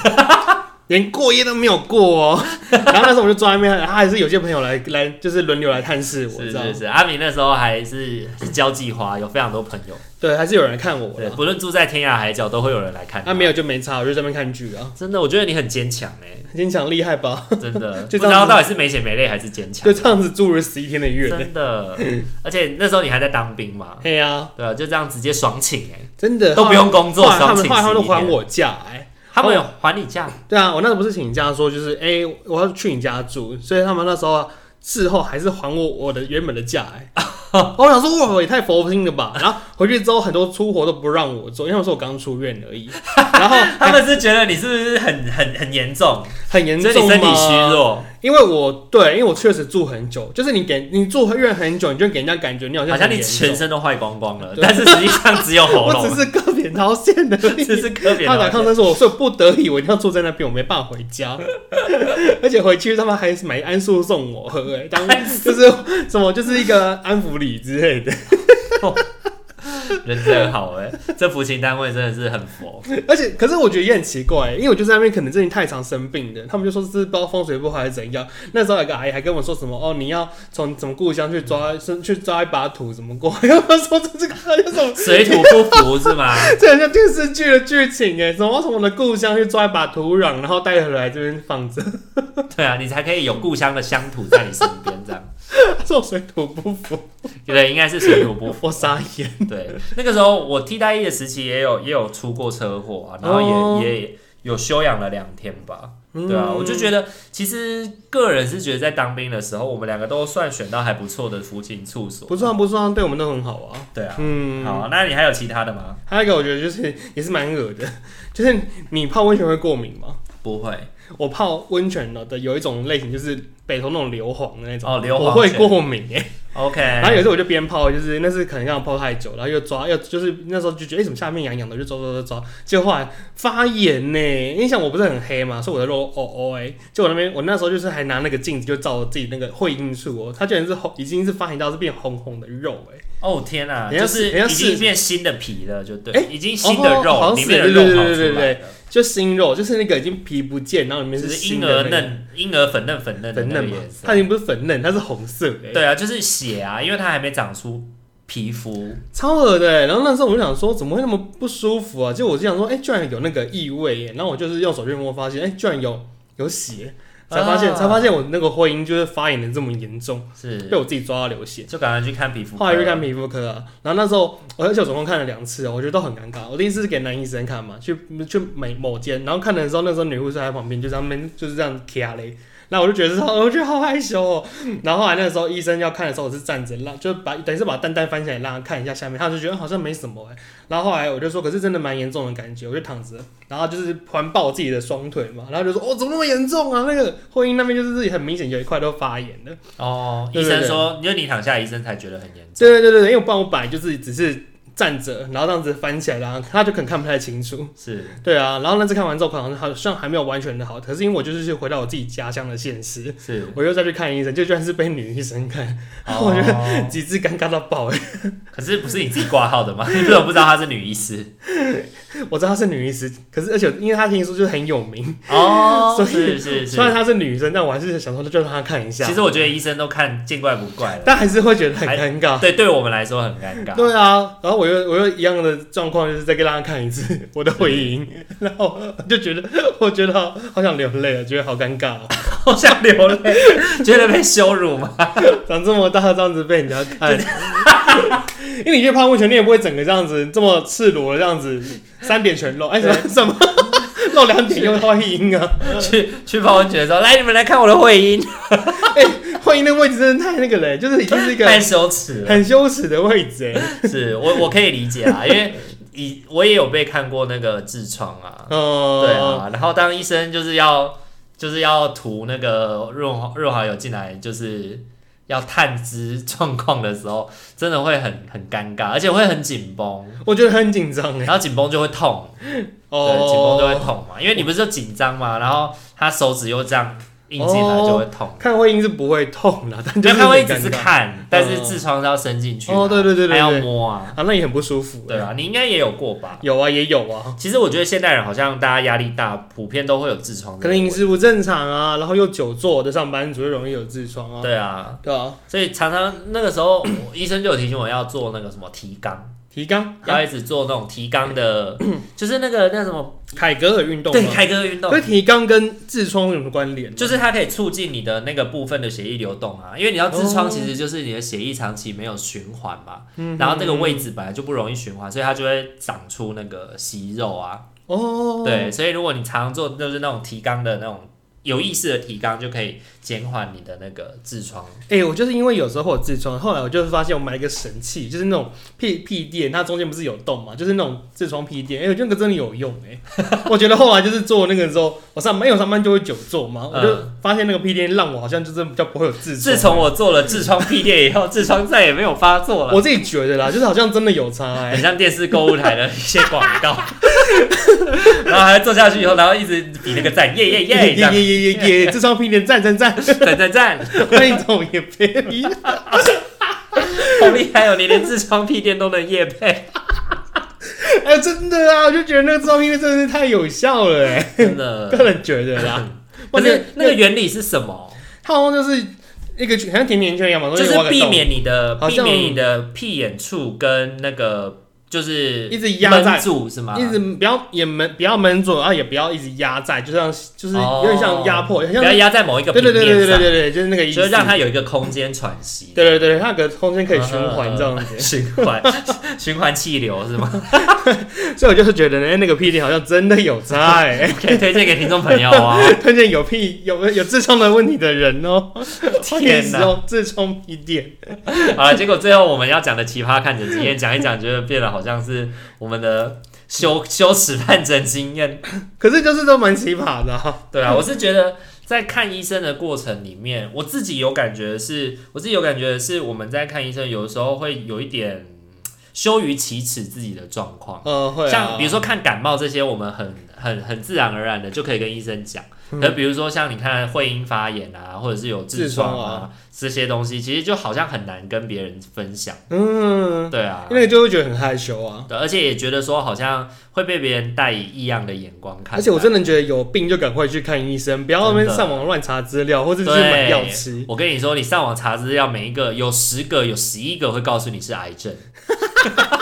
[SPEAKER 2] 连过夜都没有过哦。 然后那时候我就坐在那边，然后还是有些朋友来来就是轮流来探视我，
[SPEAKER 1] 是
[SPEAKER 2] 知道吗
[SPEAKER 1] 是？是，阿明那时候还是交际花，有非常多朋友，
[SPEAKER 2] 对，还是有人来看我
[SPEAKER 1] 对，
[SPEAKER 2] 了。
[SPEAKER 1] 不论住在天涯海角都会有人来看你。
[SPEAKER 2] 那、没有就没差，我就在那边看剧啊，
[SPEAKER 1] 真的，我觉得你很坚强 哎，
[SPEAKER 2] 坚强厉害吧？
[SPEAKER 1] 真的，不知
[SPEAKER 2] 就这样子
[SPEAKER 1] 道到底是没血没泪还是坚强
[SPEAKER 2] 就，这样子住了十一天的月呢。
[SPEAKER 1] 真的。 而且那时候你还在当兵嘛，
[SPEAKER 2] 嘿呀、
[SPEAKER 1] 对啊，就这样直接爽请哎，
[SPEAKER 2] 真的
[SPEAKER 1] 都不用工作
[SPEAKER 2] 啊后来他
[SPEAKER 1] 爽请
[SPEAKER 2] 们后来他
[SPEAKER 1] 11
[SPEAKER 2] 们都还
[SPEAKER 1] 天，
[SPEAKER 2] 我假哎、
[SPEAKER 1] 他们有还你假，
[SPEAKER 2] 对啊，我那时候不是请假说，就是哎、我要去你家住，所以他们那时候啊事后还是还我我的原本的假、欸。 我想说，哇，也太佛心了吧！然后回去之后，很多出活都不让我做，因为我说我刚出院 而已，然后
[SPEAKER 1] 他们是觉得你是不是很很很严重，
[SPEAKER 2] 很严
[SPEAKER 1] 所以你
[SPEAKER 2] 重
[SPEAKER 1] 身体虚
[SPEAKER 2] 吗？
[SPEAKER 1] 弱，
[SPEAKER 2] 因为我对，因为我确实住很久，就是你给你住院很久，你就给人家感觉你好像
[SPEAKER 1] 好像
[SPEAKER 2] 很
[SPEAKER 1] 你
[SPEAKER 2] 严
[SPEAKER 1] 全
[SPEAKER 2] 重，
[SPEAKER 1] 身都坏光光了，
[SPEAKER 2] 对
[SPEAKER 1] 但是实际上只有喉
[SPEAKER 2] 我只
[SPEAKER 1] 咙，
[SPEAKER 2] 是割扁桃腺 的，
[SPEAKER 1] 只是个别
[SPEAKER 2] 他打
[SPEAKER 1] 的。
[SPEAKER 2] 抗生素，我所以不得已我一定要住在那边，我没办法回家， 而且回去他们还是买安素送我喝、哎，当就是什么就是一个安抚礼之类的，
[SPEAKER 1] 人真好哎、这服刑单位真的是很佛，
[SPEAKER 2] 而且可是我觉得也很奇怪、欸因为我就在那边可能最近太常生病的，他们就说是不知道风水不好还是怎样，那时候有个阿姨还跟我说什么哦，你要从什么故乡去抓去抓一把土怎么过， 然后他说这这个好像什么。
[SPEAKER 1] 水土不服是 吗？
[SPEAKER 2] 这很像电视剧的剧情哎，怎么从我的故乡去抓一把土壤，然后带回来这边放着，
[SPEAKER 1] 对啊，你才可以有故乡的乡土在你身边，这样
[SPEAKER 2] 做水土不服，
[SPEAKER 1] 对，应该是水土不 服。
[SPEAKER 2] 我傻眼。
[SPEAKER 1] 对，那个时候我替代役的时期也有也有出过车祸啊，然后也、
[SPEAKER 2] 哦
[SPEAKER 1] 也有休养了两天吧。对啊，我就觉得其实个人是觉得在当兵的时候，我们两个都算选到还不错的服刑处所。
[SPEAKER 2] 不算不算，对我们都很好啊。
[SPEAKER 1] 对啊，
[SPEAKER 2] 嗯，
[SPEAKER 1] 好啊，那你还有其他的吗？
[SPEAKER 2] 还有一个我觉得就是也是蛮恶的， 就是你泡温泉会过敏吗？
[SPEAKER 1] 不会
[SPEAKER 2] 我泡温泉了的有一种类型就是北投那种硫磺的那种，
[SPEAKER 1] 哦硫磺
[SPEAKER 2] 我会
[SPEAKER 1] 泉
[SPEAKER 2] 过敏哎、
[SPEAKER 1] ，OK。
[SPEAKER 2] 然后有时候我就边泡，就是那是可能刚好泡太久，然后又抓，又就是那时候就觉得哎、怎么下面痒痒的，就抓抓抓抓，结果后来发炎呢、因为像我不是很黑嘛，所以我的肉哦哦哎，就我那边我那时候就是还拿那个镜子就照我自己那个会阴处哦，它居然是红，已经是发炎到是变红红的肉哎、
[SPEAKER 1] 哦天啊，
[SPEAKER 2] 人
[SPEAKER 1] 就
[SPEAKER 2] 家
[SPEAKER 1] 是是
[SPEAKER 2] 人
[SPEAKER 1] 已
[SPEAKER 2] 家是
[SPEAKER 1] 经变新的皮了，就对，
[SPEAKER 2] 哎
[SPEAKER 1] 已经新的
[SPEAKER 2] 哦好
[SPEAKER 1] 肉
[SPEAKER 2] 像
[SPEAKER 1] 里
[SPEAKER 2] 是
[SPEAKER 1] 面的
[SPEAKER 2] 对对
[SPEAKER 1] 肉跑
[SPEAKER 2] 对对
[SPEAKER 1] 出来
[SPEAKER 2] 对
[SPEAKER 1] 了，
[SPEAKER 2] 就新肉，就是那个已经皮不见，然后里面
[SPEAKER 1] 只是
[SPEAKER 2] 新
[SPEAKER 1] 婴
[SPEAKER 2] 的
[SPEAKER 1] 儿
[SPEAKER 2] 那个
[SPEAKER 1] 嫩、婴儿粉嫩粉嫩的
[SPEAKER 2] 粉
[SPEAKER 1] 那
[SPEAKER 2] 嫩
[SPEAKER 1] 个
[SPEAKER 2] 嘛
[SPEAKER 1] 颜，色
[SPEAKER 2] 它。已经不是粉嫩，它是红色的、，
[SPEAKER 1] 对啊，就是血啊，因为它还没长出皮肤。
[SPEAKER 2] 超恶的、欸然后那时候我就想说，怎么会那么不舒服啊？结果我就想说，哎、居然有那个异味耶、然后我就是用手去摸，发现哎、居然有有血，才发现、
[SPEAKER 1] 啊
[SPEAKER 2] 才发现我那个会阴就是发炎的这么严重，被
[SPEAKER 1] 是，
[SPEAKER 2] 我自己抓到流血。
[SPEAKER 1] 就赶快去看皮肤科。
[SPEAKER 2] 后来去看皮肤科啊，然后那时候我而且我总共看了两次哦，我觉得都很尴尬。我第一次是给男医生看嘛，去去每某间，然后看的时候，那时候女护士还在旁边，就在那边就是这样卡嘞，然后我就觉得说，我觉得好害羞哦。然后后来那个时候医生要看的时候，我是站着拉，就把等于是把蛋蛋翻起来让他看一下下面，他就觉得好像没什么哎。然后后来我就说，可是真的蛮严重的感觉，我就躺着，然后就是环抱自己的双腿嘛，然后就说哦怎么那么严重啊？那个会阴那边就是自己很明显有一块都发炎了。
[SPEAKER 1] 哦，医
[SPEAKER 2] 对对
[SPEAKER 1] 生
[SPEAKER 2] 对
[SPEAKER 1] 说，因为你躺下，医生才觉得很严重。
[SPEAKER 2] 对对对对对，因为我帮我摆就是只是站着，然后这样子翻起来，然后他就可能看不太清楚。
[SPEAKER 1] 是，
[SPEAKER 2] 对啊，然后那次看完之后，可能好像还没有完全的好，可是因为我就是去回到我自己家乡的现实，
[SPEAKER 1] 是，
[SPEAKER 2] 我又再去看医生，就居然是被女医生看，
[SPEAKER 1] 哦
[SPEAKER 2] 我觉得几次尴尬到爆哎！
[SPEAKER 1] 可是不是你自己挂号的吗？ 你怎么不知道她是女医师？
[SPEAKER 2] 我知道她是女医师，可是而且因为她听说就是很有名，
[SPEAKER 1] 哦，
[SPEAKER 2] 所以
[SPEAKER 1] 是是是
[SPEAKER 2] 虽。然她是女生，但我还是想说就让她看一下。
[SPEAKER 1] 其实我觉得医生都看见怪不怪了，
[SPEAKER 2] 但还是会觉得很尴尬。
[SPEAKER 1] 对，对我们来说很尴 尬。
[SPEAKER 2] 对啊，然后我又我又一样的状况，就是再给大家看一次 我的回音，然后我就觉得我觉得好好想流泪啊，觉得好尴尬、哦，
[SPEAKER 1] 好想流泪，觉得被羞辱吗？
[SPEAKER 2] 长这么大这样子被人家看， 因为你去泡温泉，你也不会整个这样子这么赤裸的这样子三点全露，哎、什么什 么露两点用会阴 啊，
[SPEAKER 1] 去去泡温泉的时候，来你们来看我的会阴，
[SPEAKER 2] 会阴的位置真的太那个嘞、就是已经是一个
[SPEAKER 1] 太羞耻了。
[SPEAKER 2] 很羞耻的位置、哎，
[SPEAKER 1] 是我我可以理解啊，因为以我也有被看过那个痔疮啊，
[SPEAKER 2] 哦、
[SPEAKER 1] 对啊，然后当医生就是要就是要涂那个润滑润滑油进来，就是要探知状况的时候，真的会很很尴尬，而且会很紧绷，
[SPEAKER 2] 我觉得很紧张哎，
[SPEAKER 1] 然后紧绷就会痛，对，紧绷就会
[SPEAKER 2] 哦，
[SPEAKER 1] 痛嘛，因为你不是就紧张嘛，然后他手指又这样印进来就会痛。
[SPEAKER 2] 看会阴是不会痛啦，哦但就
[SPEAKER 1] 就是他会
[SPEAKER 2] 很
[SPEAKER 1] 一直是
[SPEAKER 2] 尴尬。嗯
[SPEAKER 1] 看，但是痔疮是要伸进去的啊，
[SPEAKER 2] 哦对对对对
[SPEAKER 1] 还要
[SPEAKER 2] 对
[SPEAKER 1] 摸啊，
[SPEAKER 2] 啊，那也很不舒服、欸。
[SPEAKER 1] 对，啊，你应该也有过吧？
[SPEAKER 2] 有啊，也有啊，
[SPEAKER 1] 其实我觉得现代人好像大家压力大，普遍都会有痔疮这个问题，
[SPEAKER 2] 可能饮食不正常啊，然后又久坐的上班族又容易有痔疮啊。
[SPEAKER 1] 对啊，
[SPEAKER 2] 对啊，
[SPEAKER 1] 所以常常那个时候我医生就有提醒我要做那个什么提肛，
[SPEAKER 2] 提肛，
[SPEAKER 1] 要一直做那种提肛 的，就是那个那什么
[SPEAKER 2] 凯格尔运动
[SPEAKER 1] 对
[SPEAKER 2] 吗？
[SPEAKER 1] 凯歌运动
[SPEAKER 2] 所以。提肛跟痔疮有什么关联？啊
[SPEAKER 1] 就是是它可以促进你的那个部分的血液流动啊，因为你要痔疮
[SPEAKER 2] 哦
[SPEAKER 1] 其实就是你的血液长期没有循环嘛，
[SPEAKER 2] 嗯
[SPEAKER 1] 然后那个位置本来就不容易循环，所以它就会长出那个息肉啊，
[SPEAKER 2] 哦，
[SPEAKER 1] 对，所以如果你常做就是那种提肛的那种有意识的提肛，就可以减缓你的那个痔疮。
[SPEAKER 2] 哎、我就是因为有时候会有痔疮，后来我就是发现我买了一个神器，就是那种屁屁垫，它中间不是有洞嘛，就是那种痔疮屁垫，哎、我觉得那个真的有用哎、 我觉得后来就是做那个之后，我上班因为我上班就会久坐嘛，我就发现那个屁垫让我好像就是比较不会有痔疮
[SPEAKER 1] 自。从我做了嗯痔疮屁垫以后，痔疮再也没有发作了。
[SPEAKER 2] 我自己觉得啦，就是好像真的有差 哎、
[SPEAKER 1] 很像电视购物台的一些广告， 然后还做下去以后，然后一直比那个赞，耶耶耶，
[SPEAKER 2] 耶
[SPEAKER 1] 这样
[SPEAKER 2] 耶耶耶耶！这张屁点赞赞 赞，
[SPEAKER 1] 赞赞赞，
[SPEAKER 2] 欢迎总也配。
[SPEAKER 1] 好厉害哦！你连痔疮屁垫都能夜配，
[SPEAKER 2] 哎，真的啊，我就觉得那个照片真的是太有效了哎，
[SPEAKER 1] 真
[SPEAKER 2] 个
[SPEAKER 1] 的。
[SPEAKER 2] 人觉得啦。
[SPEAKER 1] 可是那个
[SPEAKER 2] 个
[SPEAKER 1] 原理是什么？
[SPEAKER 2] 它好像就是一个圈好像甜甜圈一样嘛，
[SPEAKER 1] 就
[SPEAKER 2] 中间
[SPEAKER 1] 是
[SPEAKER 2] 挖个
[SPEAKER 1] 避
[SPEAKER 2] 洞
[SPEAKER 1] 免你的
[SPEAKER 2] 好
[SPEAKER 1] 避
[SPEAKER 2] 像
[SPEAKER 1] 免你的屁眼处跟那个就是
[SPEAKER 2] 一直压在
[SPEAKER 1] 闷住是吗？
[SPEAKER 2] 一直不要也闷，不要闷住，然啊后也不要一直压在，就像就是有点像压迫，很
[SPEAKER 1] 哦不
[SPEAKER 2] 像
[SPEAKER 1] 要压在某一个
[SPEAKER 2] 对
[SPEAKER 1] 平
[SPEAKER 2] 对对对
[SPEAKER 1] 面
[SPEAKER 2] 对
[SPEAKER 1] 上，
[SPEAKER 2] 对对，就是那个意思。
[SPEAKER 1] 就是让它有一个空间喘息，
[SPEAKER 2] 对对对，它有个空间可以循环
[SPEAKER 1] 嗯
[SPEAKER 2] 这样子。
[SPEAKER 1] 子，循环 循环气流是吗？
[SPEAKER 2] 所以我就是觉得，哎，那个屁点好像真的有差哎。
[SPEAKER 1] 可以推荐给听众朋友 啊！
[SPEAKER 2] 推荐有屁有有痔疮的问题的人哦、欢迎哦
[SPEAKER 1] 天
[SPEAKER 2] 使
[SPEAKER 1] 哪
[SPEAKER 2] 用痔疮屁垫。
[SPEAKER 1] 好了，结果最后我们要讲的奇葩看诊经验，讲一讲，觉得变得好像是我们的羞羞耻看诊经验。
[SPEAKER 2] 可是就是都蛮奇葩的、 啊，
[SPEAKER 1] 对啊，我是觉得在看医生的过程里面，我自己有感觉的是，我自己有感觉的是我们在看医生，有的时候会有一点羞于启齿自己的状况。
[SPEAKER 2] 呃，会、啊、
[SPEAKER 1] 像比如说看感冒这些，我们很很很自然而然的就可以跟医生讲。可比如说像你看会阴发炎啊，或者是有痔疮
[SPEAKER 2] 嗯痔疮
[SPEAKER 1] 啊这些东西，其实就好像很难跟别人分享。
[SPEAKER 2] 嗯，
[SPEAKER 1] 对啊，
[SPEAKER 2] 那个就会觉得很害羞啊。
[SPEAKER 1] 对，而且也觉得说好像会被别人带以异样的眼光看待。
[SPEAKER 2] 而且我真
[SPEAKER 1] 的，
[SPEAKER 2] 的觉得有病就赶快去看医生，不要那边上网乱查资料，或者去买药吃。
[SPEAKER 1] 我跟你说，你上网 查资料，每一个有十个有十一个会告诉你是癌症。
[SPEAKER 2] 啊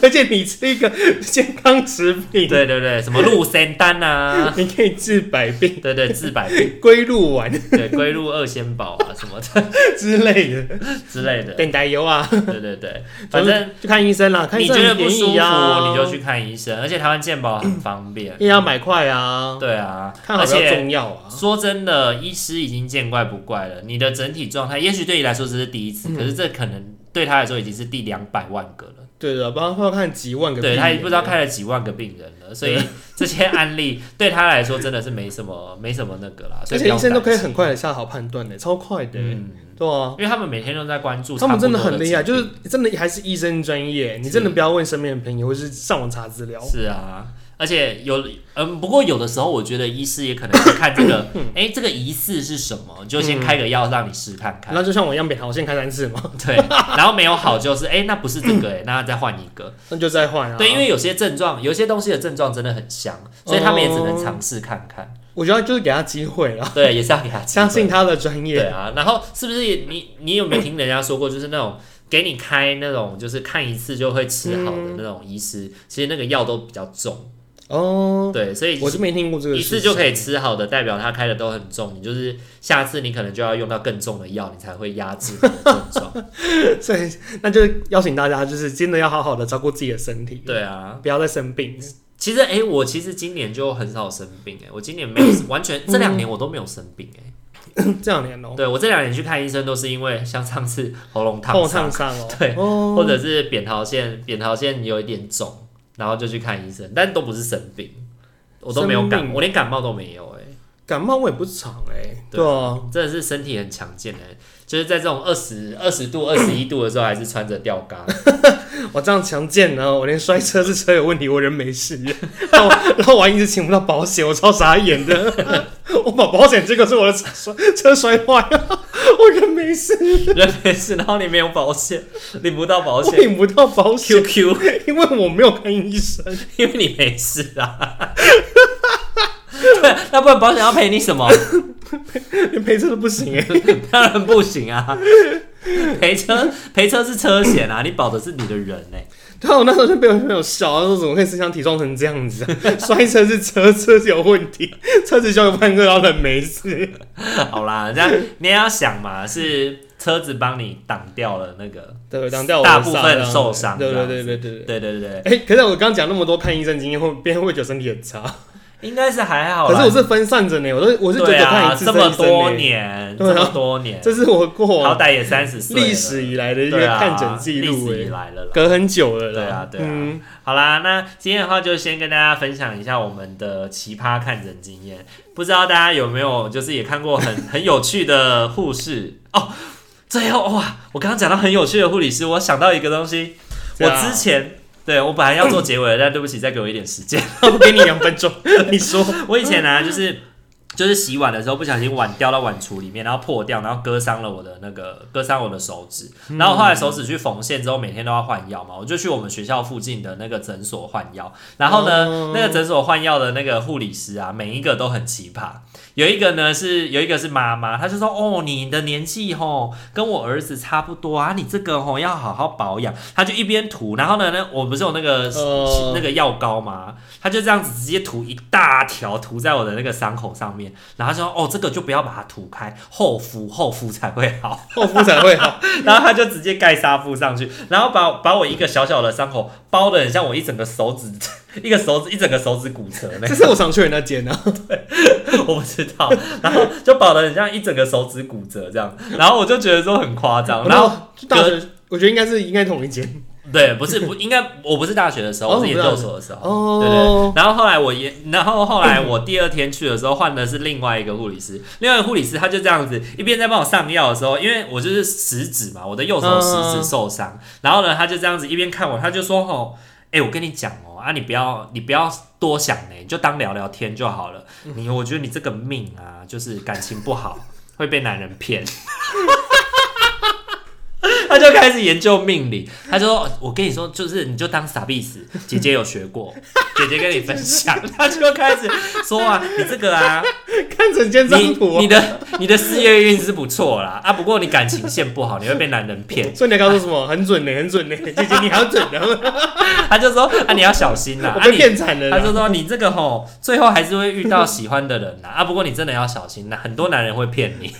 [SPEAKER 2] 推荐你吃一个健康食品，
[SPEAKER 1] 对对对，什么鹿仙丹啊，
[SPEAKER 2] 你可以治百病，
[SPEAKER 1] 对对治百病，
[SPEAKER 2] 龟鹿丸
[SPEAKER 1] 对龟鹿二仙宝啊什么的
[SPEAKER 2] 之类的，
[SPEAKER 1] 之类的，
[SPEAKER 2] 电奶油啊，
[SPEAKER 1] 对对对，反正
[SPEAKER 2] 去看医生啦，看医
[SPEAKER 1] 你
[SPEAKER 2] 生
[SPEAKER 1] 觉得
[SPEAKER 2] 很
[SPEAKER 1] 不
[SPEAKER 2] 便
[SPEAKER 1] 舒服
[SPEAKER 2] 宜啊，
[SPEAKER 1] 你就去看医生，而且台湾健保很方便，
[SPEAKER 2] 也要买块啊，
[SPEAKER 1] 对啊，
[SPEAKER 2] 哎看好
[SPEAKER 1] 而
[SPEAKER 2] 比较
[SPEAKER 1] 且
[SPEAKER 2] 重要啊，
[SPEAKER 1] 说真的，医师已经见怪不怪了。你的整体状态，也许对你来说只是第一次，
[SPEAKER 2] 嗯
[SPEAKER 1] 可是这可能对他来说已经是第两百万个了。
[SPEAKER 2] 对的，不然会要看几万个病
[SPEAKER 1] 对
[SPEAKER 2] 人，
[SPEAKER 1] 他也不知道开了几万个病人了，所以 这些案例对他来说真的是没什么没什么那个啦。所
[SPEAKER 2] 而
[SPEAKER 1] 以
[SPEAKER 2] 且医生都可以很
[SPEAKER 1] 快，
[SPEAKER 2] 快的下好判断的，超快的，
[SPEAKER 1] 嗯，
[SPEAKER 2] 对啊。
[SPEAKER 1] 因为他们每天都在关注，
[SPEAKER 2] 他们真的很厉害，就是真的还是医生专业，你真的不要问身边的朋友，或是上网查资料。
[SPEAKER 1] 是啊。而且有，嗯，不过有的时候我觉得医师也可能是看这 个，哎、这个疑似是什么，就
[SPEAKER 2] 嗯
[SPEAKER 1] 先开个药让你试看看
[SPEAKER 2] 然。后就像我一样，扁桃腺开三次嘛，
[SPEAKER 1] 对，然后没有好就是，哎、那不是这个、哎，那再换一个。
[SPEAKER 2] 那就再换啊。
[SPEAKER 1] 对，因为有些症状，有些东西的症状真的很像，所以他们也只能尝试看看。
[SPEAKER 2] 我觉得就是给他机会了，
[SPEAKER 1] 对，也是要给他机会
[SPEAKER 2] 相信他的专
[SPEAKER 1] 对
[SPEAKER 2] 业。
[SPEAKER 1] 啊，然后是不是也你你有没有听人家说过，就是那种给你开那种就是看一次就会吃好的那种医师，其实那个药都比较重。
[SPEAKER 2] 哦，
[SPEAKER 1] 对，所以
[SPEAKER 2] 我是没听过这个
[SPEAKER 1] 一
[SPEAKER 2] 事情，
[SPEAKER 1] 次就可以吃好的，代表他开的都很重。你就是下次你可能就要用到更重的药，你才会压制你的症状。
[SPEAKER 2] 所以那就邀请大家，就是真的要好好的照顾自己的身体，
[SPEAKER 1] 对啊，
[SPEAKER 2] 不要再生病。
[SPEAKER 1] 其实哎、诶我其实今年就很少生病哎、诶我今年没有完全这两年我都没有生病哎、诶
[SPEAKER 2] 这两年哦，
[SPEAKER 1] 对我这两年去看医生都是因为像上次喉咙烫
[SPEAKER 2] 痛
[SPEAKER 1] 伤
[SPEAKER 2] 烫，伤哦，
[SPEAKER 1] 对
[SPEAKER 2] 哦，
[SPEAKER 1] 或者是扁桃腺扁桃腺有一点肿，然后就去看医生，但都不是生病，我都没有
[SPEAKER 2] 生
[SPEAKER 1] 感，
[SPEAKER 2] 病
[SPEAKER 1] 我连感冒都没有哎、
[SPEAKER 2] 感冒我也不常哎，
[SPEAKER 1] 对
[SPEAKER 2] 对啊，
[SPEAKER 1] 真的是身体很强健哎、就是在这种二十二十度、二十一度的时候，还是穿着吊嘎，
[SPEAKER 2] 我这样强健呢，我连摔车是车有问题，我人没事， 然后然后我还一直请不到保险，我超傻眼的。 我把保险结果是我的车摔车摔坏了， 我人没事，
[SPEAKER 1] 人没事，然后你没有保险，领不到保
[SPEAKER 2] 我
[SPEAKER 1] 险
[SPEAKER 2] 领不到保险，
[SPEAKER 1] ，QQ
[SPEAKER 2] 因为我没有看医生。
[SPEAKER 1] 因为你没事啊。 对，那不然保险要赔你什么？
[SPEAKER 2] 连赔车都不 行哎、
[SPEAKER 1] 当然不行啊！ 赔车赔车是车险啊，你保的是你的人欸呢、
[SPEAKER 2] 对啊，我那时候就被我朋友笑，他说怎么可以身强体壮成这样子、啊？ 摔车是车，车是有问题，车子修个半个，然后人没事。
[SPEAKER 1] 好啦， 这样你也要想嘛，是车子帮你挡掉了那个，
[SPEAKER 2] 对，挡掉我的
[SPEAKER 1] 大部分
[SPEAKER 2] 伤
[SPEAKER 1] 受伤
[SPEAKER 2] 对
[SPEAKER 1] 这样
[SPEAKER 2] 对
[SPEAKER 1] 子
[SPEAKER 2] 对对对
[SPEAKER 1] 对
[SPEAKER 2] 对。
[SPEAKER 1] 对对，
[SPEAKER 2] 哎、可是我刚讲那么多看医生经验，会别人会觉得身体很差。
[SPEAKER 1] 应该是还好
[SPEAKER 2] 可
[SPEAKER 1] 啦。
[SPEAKER 2] 是我是分散着呢，我都我是九九
[SPEAKER 1] 对
[SPEAKER 2] 看
[SPEAKER 1] 啊，
[SPEAKER 2] 一次、
[SPEAKER 1] 这么多，年，
[SPEAKER 2] 对啊
[SPEAKER 1] 这么多年，
[SPEAKER 2] 这是我过
[SPEAKER 1] 好
[SPEAKER 2] 往
[SPEAKER 1] 歹也三十岁了
[SPEAKER 2] 历史以来的一
[SPEAKER 1] 对
[SPEAKER 2] 个
[SPEAKER 1] 啊，
[SPEAKER 2] 看诊记录、
[SPEAKER 1] 历史以
[SPEAKER 2] 哎、
[SPEAKER 1] 来了啦。
[SPEAKER 2] 隔很久了啦。
[SPEAKER 1] 对啊对啊
[SPEAKER 2] 嗯，
[SPEAKER 1] 好啦，那今天的话就先跟大家分享一下我们的奇葩看诊经验。不知道大家有没有就是也看过很很有趣的护士 哦？最后哇，我刚刚讲到很有趣的护理师，我想到一个东西，
[SPEAKER 2] 对
[SPEAKER 1] 我
[SPEAKER 2] 啊
[SPEAKER 1] 之前。对，我本来要做结尾了，但对不起，再给我一点时间。
[SPEAKER 2] 我给你两分钟，你说
[SPEAKER 1] 我以前呢、就是就是洗碗的时候不小心碗掉到碗橱里面，然后破掉，然后割伤了我的那个割伤我的手指，
[SPEAKER 2] 嗯
[SPEAKER 1] 然后后来手指去缝线之后，每天都要换药嘛，我就去我们学校附近的那个诊所换药，然后呢，
[SPEAKER 2] 哦
[SPEAKER 1] 那个诊所换药的那个护理师啊，每一个都很奇葩。有一个呢是有一个是妈妈，她就说哦，你的年纪吼跟我儿子差不多啊，你这个吼要好好保养。她就一边涂，然后呢，那我不是有那个、
[SPEAKER 2] 哦
[SPEAKER 1] 那个药膏吗？她就这样子直接涂一大条，涂在我的那个伤口上面。然后她说哦，这个就不要把它涂开，厚敷厚敷才会好。
[SPEAKER 2] 后夫才会 好。
[SPEAKER 1] 然后他就直接盖纱布上去，然后把把我一个小小的伤口包的很像我一整个手指，一个手指一整个手指骨折那
[SPEAKER 2] 这
[SPEAKER 1] 样，
[SPEAKER 2] 是我常去人家间啊，
[SPEAKER 1] 我不知道，然后就包的很像一整个手指骨折这样，然后我就觉得说很夸张，然后
[SPEAKER 2] 后去大学，我觉得应该是应该同一间
[SPEAKER 1] 对，不是不应该，我不是大学的时候，
[SPEAKER 2] 哦
[SPEAKER 1] 我是研究所的时候，
[SPEAKER 2] 哦
[SPEAKER 1] 对对。然后后来我研，然后后来我第二天去的时候换的是另外一个护理师，另外一个护理师他就这样子一边在帮我上药的时候，因为我就是食指嘛，我的右手食指受伤，然后呢他就这样子一边看我，他就说哦，哎、我跟你讲哦，啊你不要你不要多想呢，你就当聊聊天就好了。你我觉得你这个命啊，就是感情不好会被男人骗。 他就开始研究命理，他就说：“我跟你说，就是你就当傻逼死，姐 姐有学过，姐姐跟你分享。”他就开始说啊，你这个啊，
[SPEAKER 2] 看整间张图
[SPEAKER 1] 你你的你的事业运是不错啦啊，不过你感情线不好，你会被男人骗。
[SPEAKER 2] 所以你刚刚说什么？很准的，很 准的，姐姐你还要准的，
[SPEAKER 1] 他就说啊，你要小心啦，
[SPEAKER 2] 我
[SPEAKER 1] 啊
[SPEAKER 2] 被
[SPEAKER 1] 你
[SPEAKER 2] 骗惨了
[SPEAKER 1] 他
[SPEAKER 2] 啦。
[SPEAKER 1] 就说你这个吼，最后还是会遇到喜欢的人呐、啊。不过你真的要小心呐、很多男人会骗你。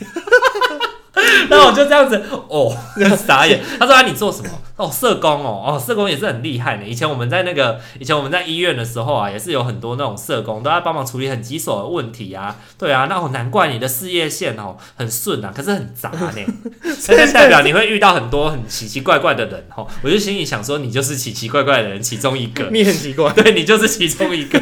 [SPEAKER 1] 那我就这样子，哦， 傻眼。他说啊，你做什么？哦，社工哦，哦，社工也是很厉害的。以前我们在那个，以前我们在医院的时候啊，也是有很多那种社工都要帮忙处理很棘手的问题啊。对啊，那哦，难怪你的事业线哦很顺啊，可是很杂呢、所以代表你会遇到很多很奇奇怪怪的人哦。我就心里想说，你就是奇奇怪怪的人其中一个。
[SPEAKER 2] 你很奇 怪，
[SPEAKER 1] 对你就是其中一个。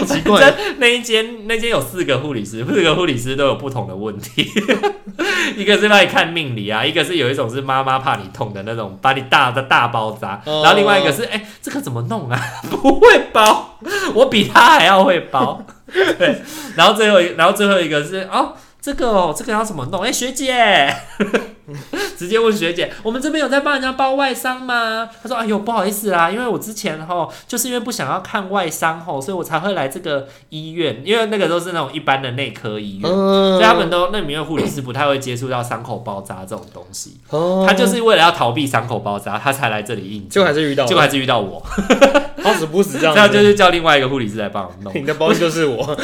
[SPEAKER 2] 好奇怪，
[SPEAKER 1] 那一间那间有四个护理师，四个护理师都有不同的问题。 一个是帮你看命理啊，一个是有一种是妈妈怕你痛的那种，把你大的大包扎。
[SPEAKER 2] 哦
[SPEAKER 1] 然后另外一个是，哎、这个怎么弄啊？ 不会包，我比他还要会包。 对，然后最后一，然后最后一个是哦。这个哦，这个要怎么弄？哎、学姐， 直接问学姐，我们这边有在帮人家包外伤吗？她说：哎呦，不好意思啦，因为我之前吼就是因为不想要看外伤吼，所以我才会来这个医院，因为那个都是那种一般的内科医院，
[SPEAKER 2] 嗯
[SPEAKER 1] 所以他们都那里面的护理师不太会接触到伤口包扎这种东西。
[SPEAKER 2] 哦
[SPEAKER 1] 他就是为了要逃避伤口包扎，他才来这里应
[SPEAKER 2] 结
[SPEAKER 1] 征
[SPEAKER 2] 果，还是遇到
[SPEAKER 1] 结
[SPEAKER 2] 了，
[SPEAKER 1] 果还是遇到我，
[SPEAKER 2] 好死不死这样
[SPEAKER 1] 这样
[SPEAKER 2] 子，
[SPEAKER 1] 就是叫另外一个护理师来帮我弄。
[SPEAKER 2] 你的包就是我，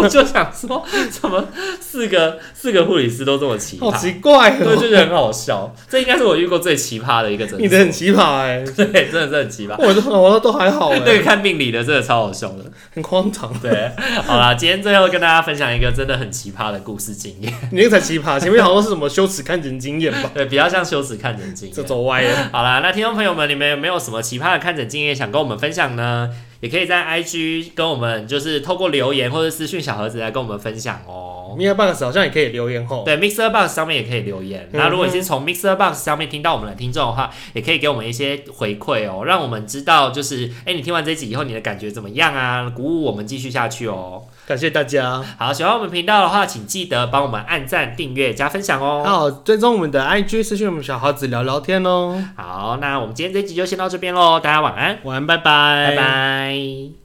[SPEAKER 1] 我就想说，怎么四个四个护理师都这么奇
[SPEAKER 2] 好
[SPEAKER 1] 葩？
[SPEAKER 2] 奇怪
[SPEAKER 1] 对，
[SPEAKER 2] 哦，
[SPEAKER 1] 就是很好笑。这应该是我遇过最奇葩的一个诊
[SPEAKER 2] 你的很
[SPEAKER 1] 所。
[SPEAKER 2] 奇葩哎，
[SPEAKER 1] 对，真的是很奇葩。
[SPEAKER 2] 我都我都还好
[SPEAKER 1] 那
[SPEAKER 2] 哎
[SPEAKER 1] 个，看病理的真的超好笑的。
[SPEAKER 2] 很荒唐，
[SPEAKER 1] 对，好 啦，今天最后跟大家分享一个真的很奇葩的故事经验，
[SPEAKER 2] 你那个才奇葩，前面好像是什么羞耻看人经验吧，
[SPEAKER 1] 对，比较像羞耻看诊经
[SPEAKER 2] 这
[SPEAKER 1] 验。
[SPEAKER 2] 走歪了，
[SPEAKER 1] 好啦，那听众朋友们，你们有没有什么奇葩的看诊经验想跟我们分享呢？也可以在 IG 跟我们，就是透过留言或者私讯小盒子来跟我们分享哦。
[SPEAKER 2] 米娅 b u g 好像也可以留言吼，
[SPEAKER 1] 对，Mixer Box 上面也可以留
[SPEAKER 2] 嗯
[SPEAKER 1] 言。那如果你是从 Mixer Box 上面听到我们的听众的话，也可以给我们一些回馈哦，让我们知道就是，哎，你听完这集以后你的感觉怎么样啊？鼓舞我们继续下去哦。
[SPEAKER 2] 感谢大家。
[SPEAKER 1] 好，喜欢我们频道的话，请记得帮我们按赞、订阅、加分享哦。
[SPEAKER 2] 好，追踪我们的 IG，私讯我们小猴子聊聊天哦。
[SPEAKER 1] 好，那我们今天这集就先到这边喽，大家晚安，
[SPEAKER 2] 晚安，拜拜，
[SPEAKER 1] 拜拜